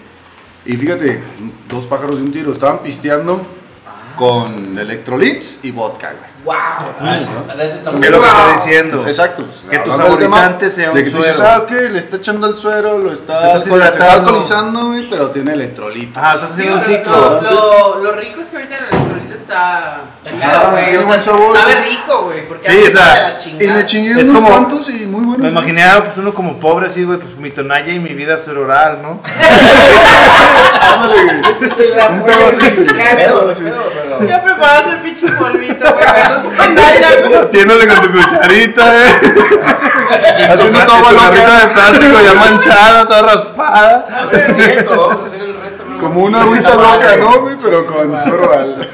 Y fíjate, dos pájaros de un tiro. Estaban pisteando con electrolits y vodka, güey. Wow. Ah, eso- de eso estamos ¿Qué es lo que hablando. estoy diciendo? Exacto. pues, Que tu hablando del tema saborizante sea un De que tú dices, suero. ah, ok, le está echando el suero, lo Te está, estás se lo está hidratando. alcoholizando, güey, pero tiene electrolitos. Ah, estás haciendo un Digo, ciclo. lo, lo, lo rico es que ahorita el electrolito está chingado, güey. tiene O sea, buen sabor. Sabe rico, güey. Porque Sí, antes o sea, era la Y chingada. me chingué Es unos como- cuantos y muy bueno. Me imaginaba pues uno como pobre así, güey, pues mi tonalla y mi vida ser oral, ¿no? Ándale, güey. Ese es el amor pedo así, güey. mexicano. Pero- pero- Ya preparando el pinche polvito, güey. Atiéndole con tu cucharita, eh. Haciendo toda bolita de plástico ya manchada, toda raspada. A ver, es cierto, vamos a hacer el reto. luego. Como una agüita loca, ¿no, güey? Pero con sorbal.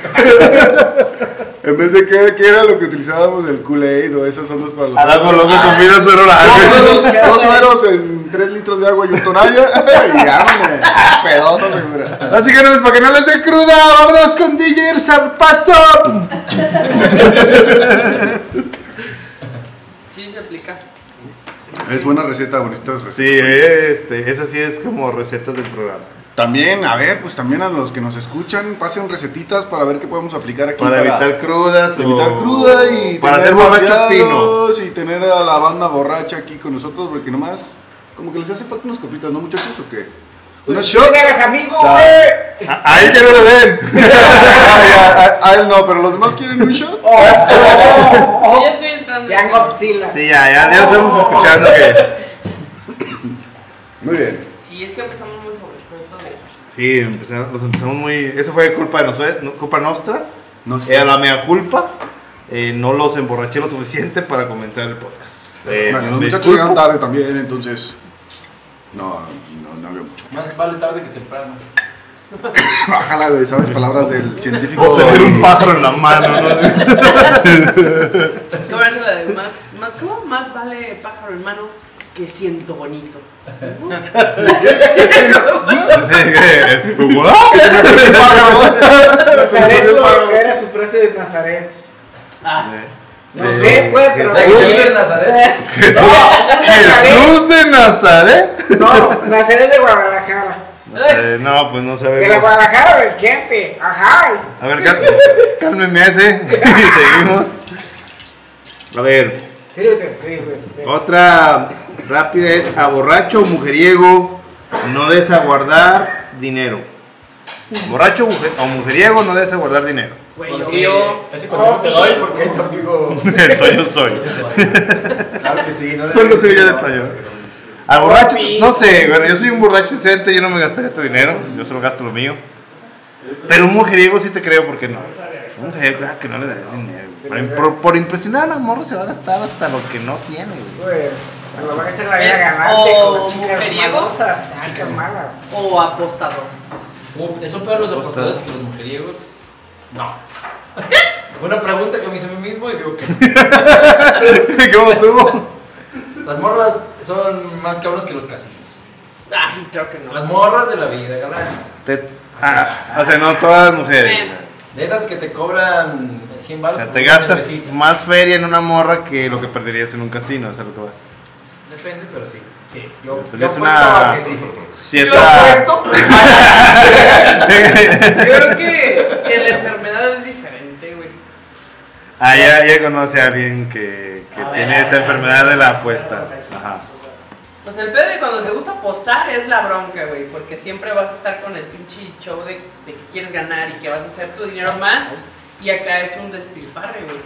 En vez de que, que era lo que utilizábamos el Kool-Aid o esas ondas para los. Ahora por loco combina solo la Dos Ah, sueros, dos sueros en 3 litros de agua y un tonalla. y ya, güey. Pedoto, segura. Así que no les para que no les dé cruda, vámonos con DJ Zarpazo. Sí, se aplica. Es buena receta, bonitas recetas. Sí, este, esa sí es como recetas del programa. También, a ver, pues también a los que nos escuchan, pasen recetitas para ver qué podemos aplicar aquí. Para evitar crudas. evitar o- cruda y Para tener hacer borrachos finos. babeados Y tener a la banda borracha aquí con nosotros, porque nomás, como que les hace falta unas copitas, ¿no, muchachos? ¿O qué? Unos shots. Dígales, amigo, Sa- eh. A él que no le den. Ay, Ah, a, a- a él no, pero los demás quieren un shot. Yo ya estoy entrando. Oh. Ya Godzilla. Sí, ya, ya, ya Oh. estamos escuchando que. Muy bien. Sí, es que empezamos muy sobre, pero todo bien. Sí, empezaron, los empezamos muy. Eso fue culpa de nosotros, no- culpa nuestra. No Era la mea culpa. Eh, no los emborraché lo suficiente para comenzar el podcast. Eh, Bueno, los me muchachos disculpo. llegaron tarde también, entonces. No, no, no había mucho. Más vale tarde que temprano. Bájala, güey, sabes palabras del científico. Tener un pájaro en la mano, ¿no? Comerse la de más, más, ¿cómo? Más vale pájaro en mano que siento bonito. Así que, ¿what? Nazaret lo- era su frase de Nazaret. No sé, güey, pero. Oye, Nazaret. Jesús, Jesús de Nazaret. No, Nazaret de Guadalajara. No sé, no, pues no De la sabemos. Guadalajara del Chente. Ajá. A ver, cal- cálmeme ese. Y seguimos. A ver, Sírvete, sí, güey. otra rápida es a borracho mujeriego no desaguardar dinero. Borracho muje- o mujeriego no desaguardar dinero. Güey, Porque obvio. Ese consejo te doy porque tu amigo. Entonces yo soy. Claro que sí, no Solo soy yo de Toño. Al borracho, no sé, bueno, yo soy un borracho decente, yo no me gastaría tu dinero, yo solo gasto lo mío. Pero un mujeriego sí te creo, porque no. Un mujeriego, claro que no le darías dinero. Por, por- por impresionar a la morra se va a gastar hasta lo que no tiene, güey. Pues, se lo van a hacer la vida Es galante o con chicas mujeriego. malosas, chicas malas. O apostador. Uh, ¿Son peor los apostadores que los mujeriegos? No. Una pregunta que me hice a mí mismo y digo que no. ¿Cómo estuvo? las morras son más cabros que los casinos. Ay, creo que no. Las morras de la vida, galán. Te- ah, o sea, no todas las mujeres. De esas que te cobran 100 O baros. sea, por te una gastas cervecita. más feria en una morra que lo que perderías en un casino, o sea, lo que vas. Depende, pero sí. Sí. Yo, Tú le yo haces contaba una- que sí. Cierta. Yo creo que, que la enfermedad es diferente, güey. Ah, ya, ya conoce a alguien que, que tiene esa enfermedad de la apuesta. Ajá. O sea, el pedo de cuando te gusta apostar es la bronca, güey, porque siempre vas a estar con el pinche show de, de que quieres ganar y que vas a hacer tu dinero más, y acá es un despilfarre, güey.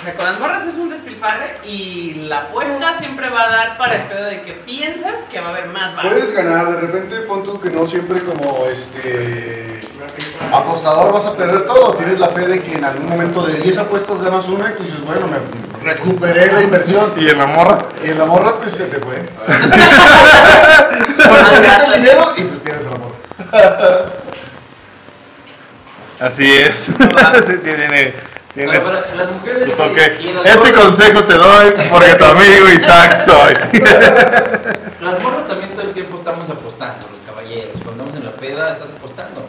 O sea, con las morras es un despilfarre y la apuesta siempre va a dar para el pedo de que piensas que va a haber más barro. Puedes ganar, de repente pon tú que no siempre como este apostador vas a perder todo, tienes la fe de que en algún momento de 10 apuestas ganas una y tú dices, bueno, me recuperé la inversión Y en la morra. y en la morra pues se te fue. Gastas Malgasto. dinero y pues pierdes el amor. Así es. Sí, tiene. Pero tiene para las mujeres su sí, toque. y en las Este morras- consejo te doy porque tu amigo Isaac soy. Las morras también todo el tiempo estamos apostando, los caballeros. Cuando andamos en la peda, estás apostando.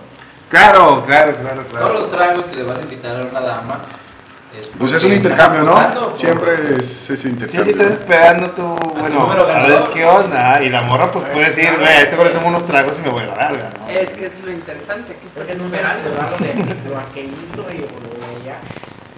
Claro, claro, claro, Todos claro. los tragos que le vas a invitar a una dama. es Pues es porque un intercambio, estás apostando ¿no? por- Siempre es Sí, ese sí, intercambio. estás esperando tu. Bueno, número a ver ganador. qué onda. Y la morra, pues puede decir, güey, a este güey le tomo unos tragos y me voy a la larga, ¿no? Eh, Es que es lo interesante, que estás Porque no esperando. de lo aquelito y lo de allá.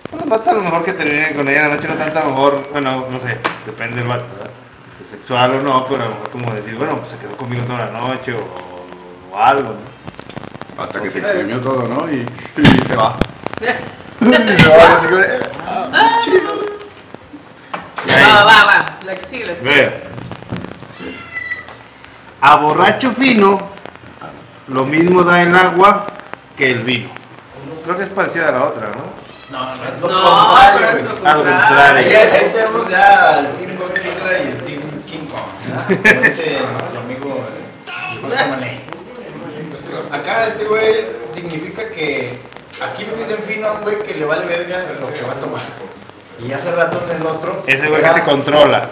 Pues, Los vatos a lo mejor que terminen con ella en la noche no tanto, a lo mejor, bueno, no sé, depende del vato, ¿verdad? Este, sexual o no, pero a lo mejor como decir, bueno, pues se quedó conmigo toda la noche o, o algo, ¿no? Hasta que O se sea, exprimió todo, ¿no? Y, y se va. Y se va, así que, eh, ah, pues, chido. Va, va, va, la que sigue, la que sigue. Ve. A borracho fino, lo mismo da el agua que el vino. Creo que es parecida a la otra, ¿no? No, no, no. es No, lo contrario, pero es lo güey. Al Ahí, contrario. ahí tenemos ya al Team Kong Sandra y el Team King Kong. ¿verdad? Con este, nuestro amigo. eh, Guatemala. Acá este güey significa que aquí le dicen fino a un güey que le vale verga lo que va a tomar. Y hace rato en el otro. Ese güey que se controla.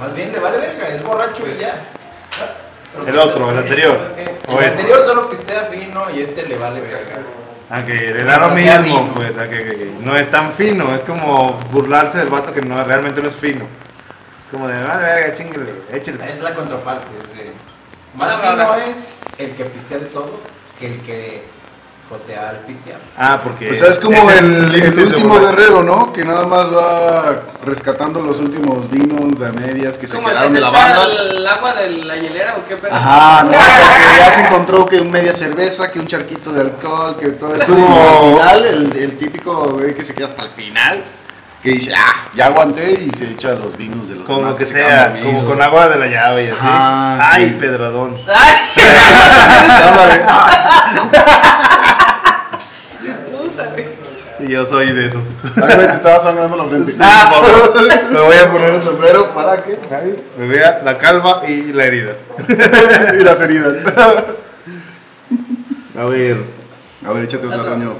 Más bien le vale verga, es borracho y ya. El otro, el anterior. O el este. anterior solo pistea fino y este le vale verga. A que le da lo No sea mismo, fino. pues, a que, que- que no es tan fino, es como burlarse del vato que no, realmente no es fino. Es como de, vale, verga, chingale, échale. Es la contraparte. Es de, más No, no, fino no. es el que pistea de todo que el que jotea al pistear. Ah, porque. Pues es como ese- el, ese el es de último borracho. guerrero, ¿no? Que nada más va rescatando los últimos vinos de a medias que se ¿Cómo quedaron te de la echa banda. el agua de la hielera o qué pedo? Ajá, no, o sea, que ya se encontró que un media cerveza, que un charquito de alcohol, que todo eso. Y al final, el, el típico güey que se queda hasta el final, que dice, ah, ya aguanté y se echa los vinos de los Con demás lo que quedaron sea, amigos. como con agua de la llave y así. Ajá, Ay, sí. pedradón. Ay, Ándale, ah, tú sabes. Sí, yo soy de esos. ay, güey, te estaba sangrando la frente. Ah, por favor, me voy a poner el sombrero para que nadie me vea la calva y la herida. y las heridas. A ver, A ver, échate otra, Otra. Toño.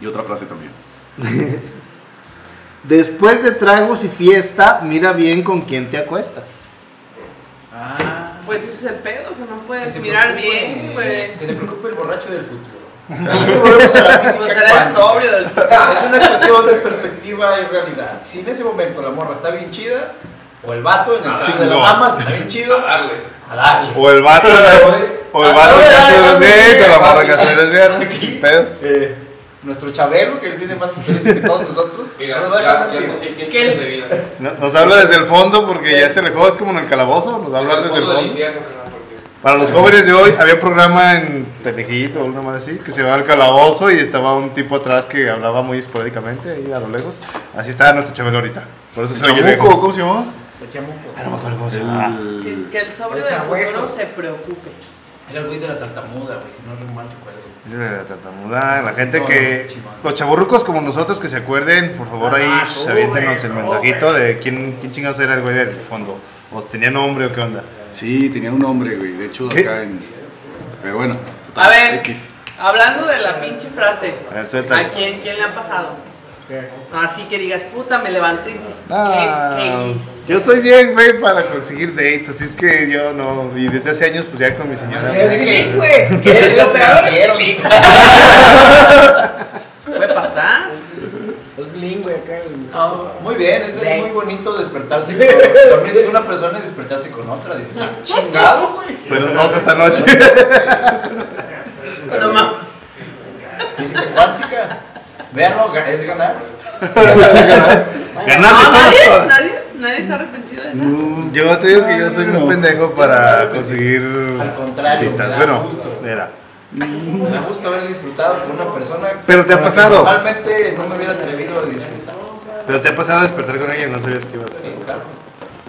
Y otra frase también. después de tragos y fiesta, mira bien con quién te acuestas. Pues ese es el pedo, que no Que puedes se mirar preocupe, bien, güey. Que se preocupe el borracho del futuro. Pues era el sobrio del Ah, Es una cuestión de perspectiva y realidad. Si en ese momento la morra está bien chida, o el vato en el caso de las Chingón. damas está bien chido, Ah, a darle. A darle. O el vato, o el vato que hace los gays, o la barra que hace los viernes, sin pedos. Eh, nuestro Chabelo, que tiene más experiencia que todos nosotros, no nos deja mentir. No- Nos habla desde el fondo porque ya se alejó, es como en el calabozo, nos habla desde el fondo. Para los jóvenes de hoy, había un programa en Telejito o una más así, que se llamaba El Calabozo y estaba un tipo atrás que hablaba muy esporádicamente ahí a lo lejos. Así estaba nuestro chabelo ahorita. Por eso se oye Chamuco, lejos. ¿cómo se llamaba? Ah, no me acuerdo cómo se llama. Que Es que el sobrio El del futuro sabueso. se preocupe. Era el güey de la tartamuda, güey, si no mal recuerdo. Dice la tartamuda, la gente No, que. chimón. Los chaburrucos como nosotros que se acuerden, por favor ahí Ah, sh, tú, aviéntenos güey, el no, mensajito de quién, quién chingados era el güey del fondo. O tenía nombre o qué onda. Sí, tenía un nombre, güey. De hecho, ¿Qué? acá en. Pero bueno, total, A ver, X. hablando de la pinche frase, A ver, suéltala. ¿a quién, quién le ha pasado? Así que digas, puta, me levanté y dices, Ah, ¿qué, qué hice? yo soy bien, güey, para conseguir dates, así es que yo no. Y desde hace años, pues ya con mi señora. Sí, sí, sí. güey. ¿Qué eres grosero, ¿Puede pasar? Es bling, güey, acá el. Ah, muy bien, eso es Thanks. muy bonito despertarse con, dormirse con una persona y despertarse con otra. Dices, ah, chingado, güey. pues, Fueron dos esta noche. No mames. Física cuántica. Véanlo, ga- es ganar. Ganando ¿Nadie? todas. ¿Nadie? ¿Nadie se ha arrepentido de eso? Yo te digo que yo soy un pendejo para conseguir Al contrario, me citas. da Bueno, gusto. era. Me da gusto haber disfrutado con una persona. Pero te ha con la que pasado. Normalmente no me hubiera atrevido a disfrutar. Pero te ha pasado a despertar con alguien, no sabías que ibas a hacer. Sí, claro.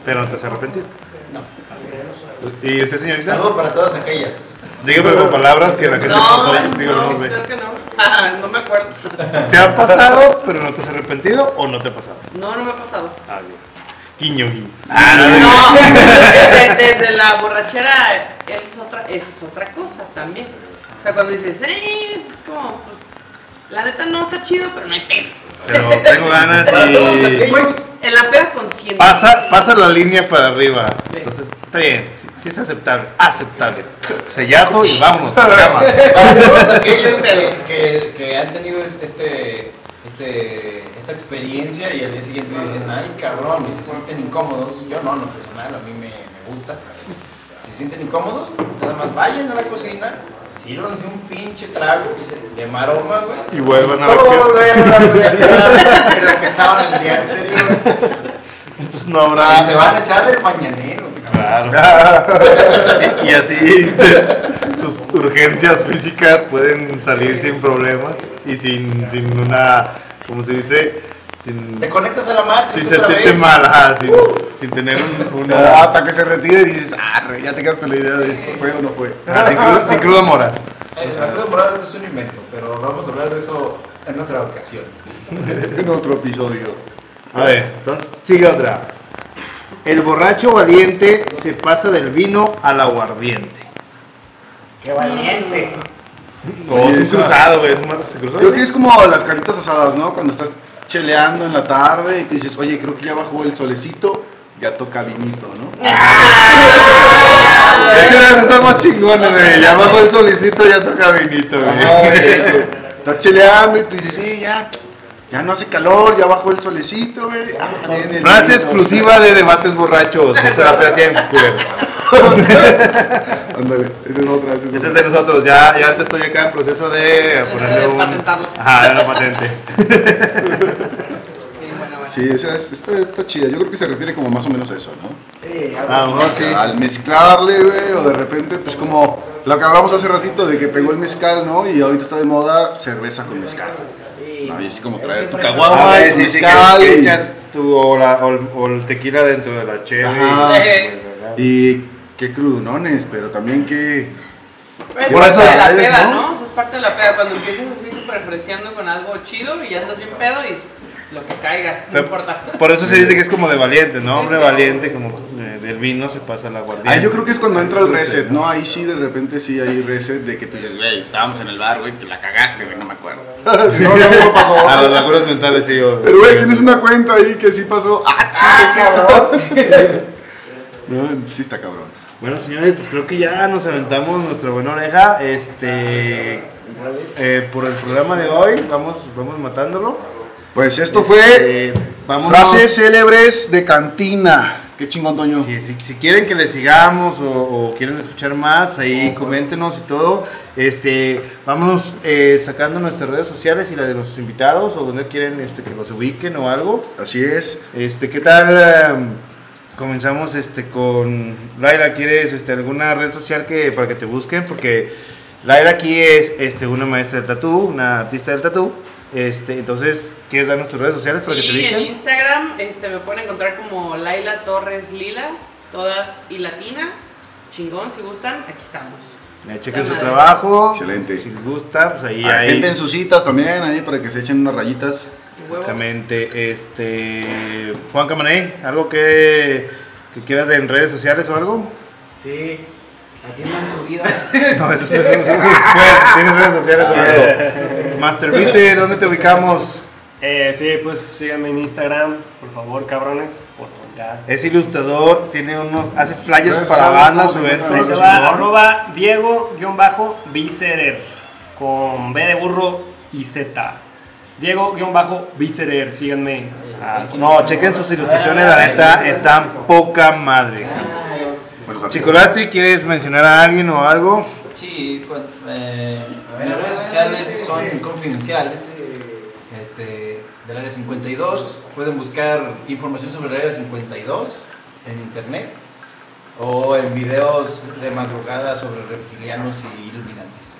Pero no te has arrepentido. No. ¿Y usted, señorita? Saludo para todas aquellas. Dígame con palabras que la gente No, pasó, digo, no, no, güey. creo que no. Ah, no me acuerdo. ¿Te ha pasado, pero no te has arrepentido o no te ha pasado? No, no me ha pasado. Ah, bien. Guiño, guiño. No, desde, desde la borrachera, esa es, otra, esa es otra cosa también. O sea, cuando dices, eh, es como, pues, la neta no está chido, pero no hay Pero pedo. tengo ganas Para todos y. aquellos. En la peda consciente. Pasa, pasa la línea para arriba. Entonces, está bien. Sí, sí es aceptable. Aceptable. Sellazo y vámonos. a cama. Para todos aquellos que, que- que han tenido es- este, este, esta experiencia y al día siguiente dicen, ay cabrón, y se sienten incómodos, yo no, en lo personal, a mí me, me gusta. Si se sienten incómodos, nada más vayan a la cocina, sírvanse un pinche trago de maroma, güey. Y vuelvan a la ¿Cómo acción. volver a la realidad de lo que estaban el día anterior? Entonces no Y se habrá. van a echar el mañanero, cabrón. Y así te- sus urgencias físicas pueden salir sin problemas y sin, sin una. ¿Cómo se dice? Sin. Te conectas a la matriz Sin otra sentirte vez. mal, ajá, sin, sin tener un, No, una. Ah, hasta que se retire y dices, ah, re", ya te quedas con la idea de si fue o no fue. Ah, sin, cruda, sin cruda moral. El acuerdo moral es un invento, pero vamos a hablar de eso en otra ocasión. en otro episodio. A ver, entonces sigue otra. El borracho valiente se pasa del vino al aguardiente. Qué valiente. No, Oye, se esa- cruzado, güey. es mar- Se cruzó. Creo que es como las carnitas asadas, ¿no? Cuando estás cheleando en la tarde y tú dices, oye, creo que ya bajó el solecito, ya toca vinito, ¿no? Ah. De hecho, eso está más chingón, güey. Ya bajo el solicito, ya toca vinito, Ah, Ajá, güey. güey, güey. Estás cheleando y tú dices, sí, ya, ya no hace calor, ya bajó el solecito, güey. Ah, viene el Frase vino. exclusiva de debates borrachos. No se la plateen, culero. Ándale, esa es otra, esa es Ese Este es otra. de nosotros. Ya, ya ahorita estoy acá en proceso de ponerle Eh, un. patentarlo. Ajá, una patente. Sí, bueno, bueno. Sí, esa es, está, está chida. Yo creo que se refiere como más o menos a eso, ¿no? Sí, A lo mejor O sí. sea, Al mezclarle, güey, o de repente, pues como lo que hablamos hace ratito de que pegó el mezcal, ¿no? Y ahorita está de moda cerveza con mezcal. No, y es como traer tu Ah, caguama güey, y tu sí, sí, que- mezcal. que y- echas tu, o, la- o el, o el tequila dentro de la cheve. Ajá. Eh, y- Y qué crudonones, pero también qué. Pero es Por parte eso de la sales, peda, ¿no? ¿no? O sea, es parte de la peda. Cuando empiezas así súper freseando con algo chido y andas bien pedo y lo que caiga, no Pero- importa. Por eso se dice que es como de valiente, ¿no? Sí, Hombre sí. valiente, como eh, del vino se pasa al aguardiente. Ah, yo creo que es cuando entra el reset, ¿no? Ahí sí, de repente sí hay reset de que tú dices, güey, Estábamos en el bar, güey, que la cagaste, güey, no me acuerdo. no, no, no pasó. A los acuerdos mentales, sí. yo- Pero, güey, tienes una cuenta ahí que sí pasó. ¡Ah, chingue, No, sí está cabrón. Bueno, señores, pues creo que ya nos aventamos nuestra buena oreja. Este. eh, por el programa de hoy, vamos, vamos matándolo. Este, Pues esto fue vamos frases célebres de cantina. Qué chingón, Toño. Si, si- si quieren que le sigamos o, o quieren escuchar más, ahí coméntenos y todo. Este, vámonos eh, sacando nuestras redes sociales y la de los invitados o donde quieren este, que los ubiquen o algo. Así es. Este, ¿qué tal? eh, comenzamos este con Laira, ¿quieres este, alguna red social que para que te busquen? Porque Laira aquí es este, una maestra del tatú, una artista del tatú. Este, entonces, ¿quieres darnos tus redes sociales para que te Sí, en ubiquen? Instagram este, me pueden encontrar como Laila Torres Lila, todas y latina. Chingón, si gustan, aquí estamos. Eh, Chequen su Madre. trabajo. Excelente. Si les gusta, pues ahí Ah, ahí- gente en sus citas también, ahí para que se echen unas rayitas. Huevo. Exactamente. Este, Juan Camaney, ¿algo que, que quieras en redes sociales o algo? Sí, aquí no han subido. No, eso es eso es- eso es después. Tienes redes sociales o algo. Master Vice, ¿dónde te ubicamos? Eh, sí, pues síganme en Instagram, por favor, cabrones. Por ya. Es ilustrador, tiene unos, hace flyers Redes para sociales, bandas, ¿cómo te eventos. Ahí te encuentras? va, chingón. arroba Diego-Vicerer con B de burro y Z. Diego-Vicerer, síganme. Ah, No, chequen sus ilustraciones, la neta, están poca madre. Ah, Bueno, Chicolasti, ¿quieres mencionar a alguien o algo? Sí, pues, eh, mis redes sociales son confidenciales. Este, del área 52. Pueden buscar información sobre el área 52 en internet o en videos de madrugada sobre reptilianos y iluminantes.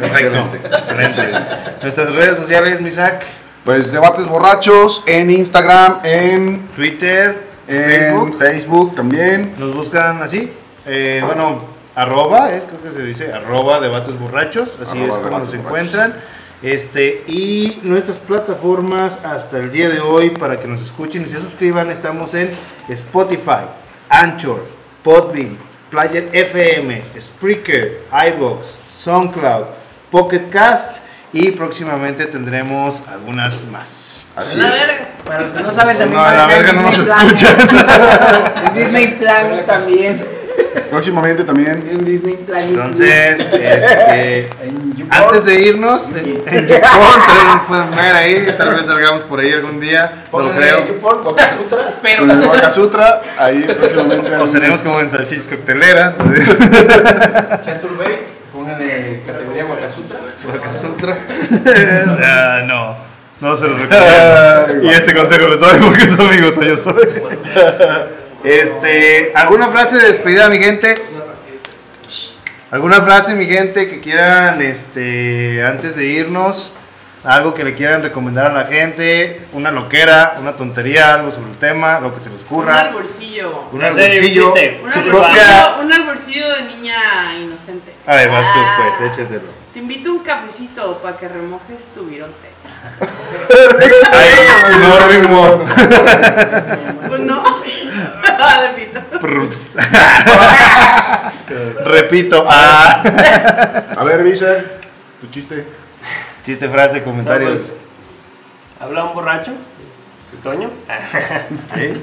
Excelente. Excelente. Nuestras redes sociales, Misak, Pues debates borrachos en Instagram, en, Twitter, en Facebook. Facebook. también. Nos buscan así, eh, bueno, arroba, es, creo que se dice, arroba debates borrachos, así Arroba es como debates nos borrachos. encuentran. Este, y nuestras plataformas hasta el día de hoy para que nos escuchen y se suscriban, estamos en Spotify, Anchor, Podbean, Player FM, Spreaker, iVoox, SoundCloud, Pocket Cast y próximamente tendremos algunas más. Así A es. ver, Para los que no saben, No, también a la está en verga no nos Disney Plus. escuchan. En Disney Plan pues, también. Próximamente también. En Disney Plan. Entonces, este, En YouPorn. Antes de irnos, en, en YouPorn, tal vez nos pueden ver ahí, tal vez salgamos por ahí algún día, no Pónganle creo. YouPorn, Bocasutra. espero. Con el Vaca Sutra, ahí próximamente. Nos tenemos como en salchichas cocteleras, Chaturbey, pónganle categoría Guacasutra. Sutra. Ah, no, no se los Ay, recomiendo. Y guau. este consejo lo sabe porque es amigo tuyo soy. Este, ¿alguna frase de despedida, mi gente? ¿Alguna frase, mi gente, que quieran, este, antes de irnos? Algo que le quieran recomendar a la gente, una loquera, una tontería, algo sobre el tema, lo que se les Un ocurra. alborcillo. Un En serio, un alborcillo, chiste. Un su Super alborcillo, propia... un alborcillo de niña inocente. A ver, vas tú, Ah. pues, échatelo. Te invito a un cafecito para que remojes tu virote. Ahí, no ritmo. Pues no. Ah, de pito. Prrps. Repito. Ah. A ver, Viser, tu chiste. Chiste, frase, comentarios. pues, Habla un borracho, Toño. ¿Sí?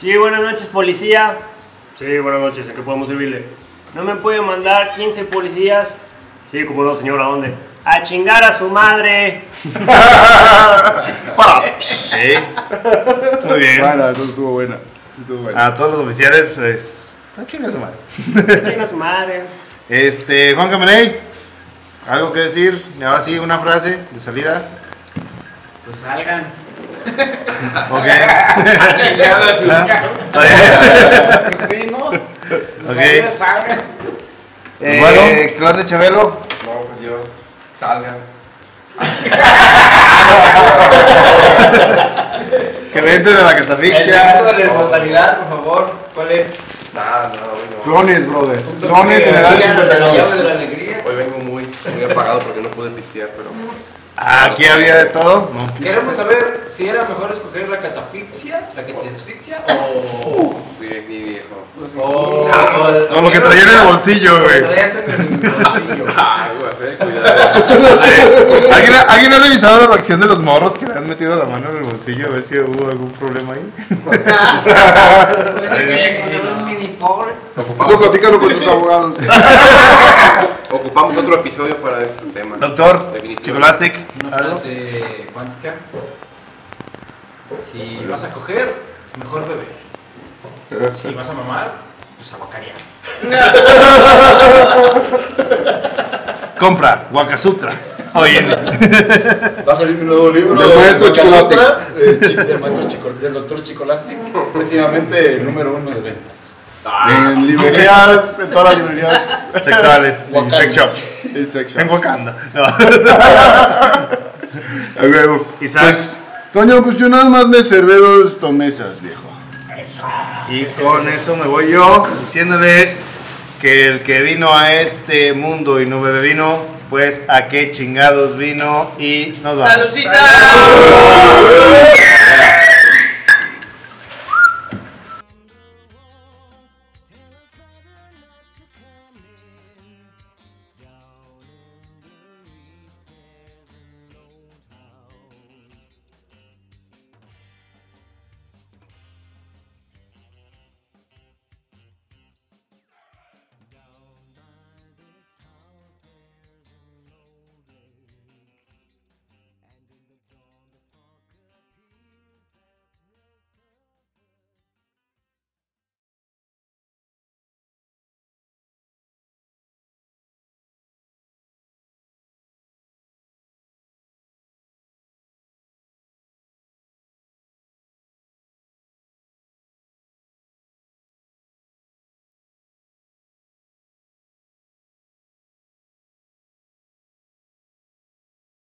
Sí, buenas noches, policía. Sí, buenas noches, ¿a qué podemos servirle? ¿No me puede mandar 15 policías? Sí, como no, señor, ¿a dónde? A chingar a su madre. Sí. Muy bien. Bueno, eso estuvo buena. Estuvo buena. A todos los oficiales, pues. no chingue su madre. A chingar a su madre. Este, Juan Camaney, ¿algo que decir? ¿Me va así una frase de salida? Pues salgan. Ok. Chingada, sí. Pues sí, ¿no? Pues ahí Ok. Salgan. Eh, Bueno. Clan de Chabelo. No, pues yo. Salgan. Que le entren a la El catafixia. secreto de responsabilidad, por favor. ¿Cuál es? Nada, no, hoy no. Clones, brother. Clones en el área La 52. llave de la alegría. Hoy vengo muy, muy apagado porque no pude pistear, pero. Ah, Aquí había de todo. No. Queremos saber si era mejor escoger la catafixia, la que te asfixia o. Diré mi viejo. O, O lo Oh. que traía en el bolsillo, Lo que güey. traías en el bolsillo. Ah, güey, Fede, cuidado. ¿Alguien, ha- alguien ha revisado la reacción de los morros que le han metido la mano en el bolsillo a ver si hubo algún problema ahí? Pues sí, que encontré un mini pobre. Eso platícalo con sus abogados. Ocupamos otro episodio para este tema. Doctor, Definitivamente. Chocolastic. Una frase cuántica. Si vas a coger, mejor beber. Si vas a mamar, pues aguacarear. Compra, Wakasutra. Oye, Va a salir mi nuevo libro. Del maestro Chicolastic. Del eh, maestro Chicolastic. Del doctor Chicolastic. Próximamente el número uno de ventas. En librerías, en todas las librerías. sexuales, en Wakanda. sex shops. Y sex shop. En Wakanda. No. A huevo. ¿Y sabes? Pues, Toño, pues yo nada más me servé dos tomesas, viejo. Y con eso me voy yo, diciéndoles que el que vino a este mundo y no bebe vino, pues a qué chingados vino y nos vamos. ¡Salucita!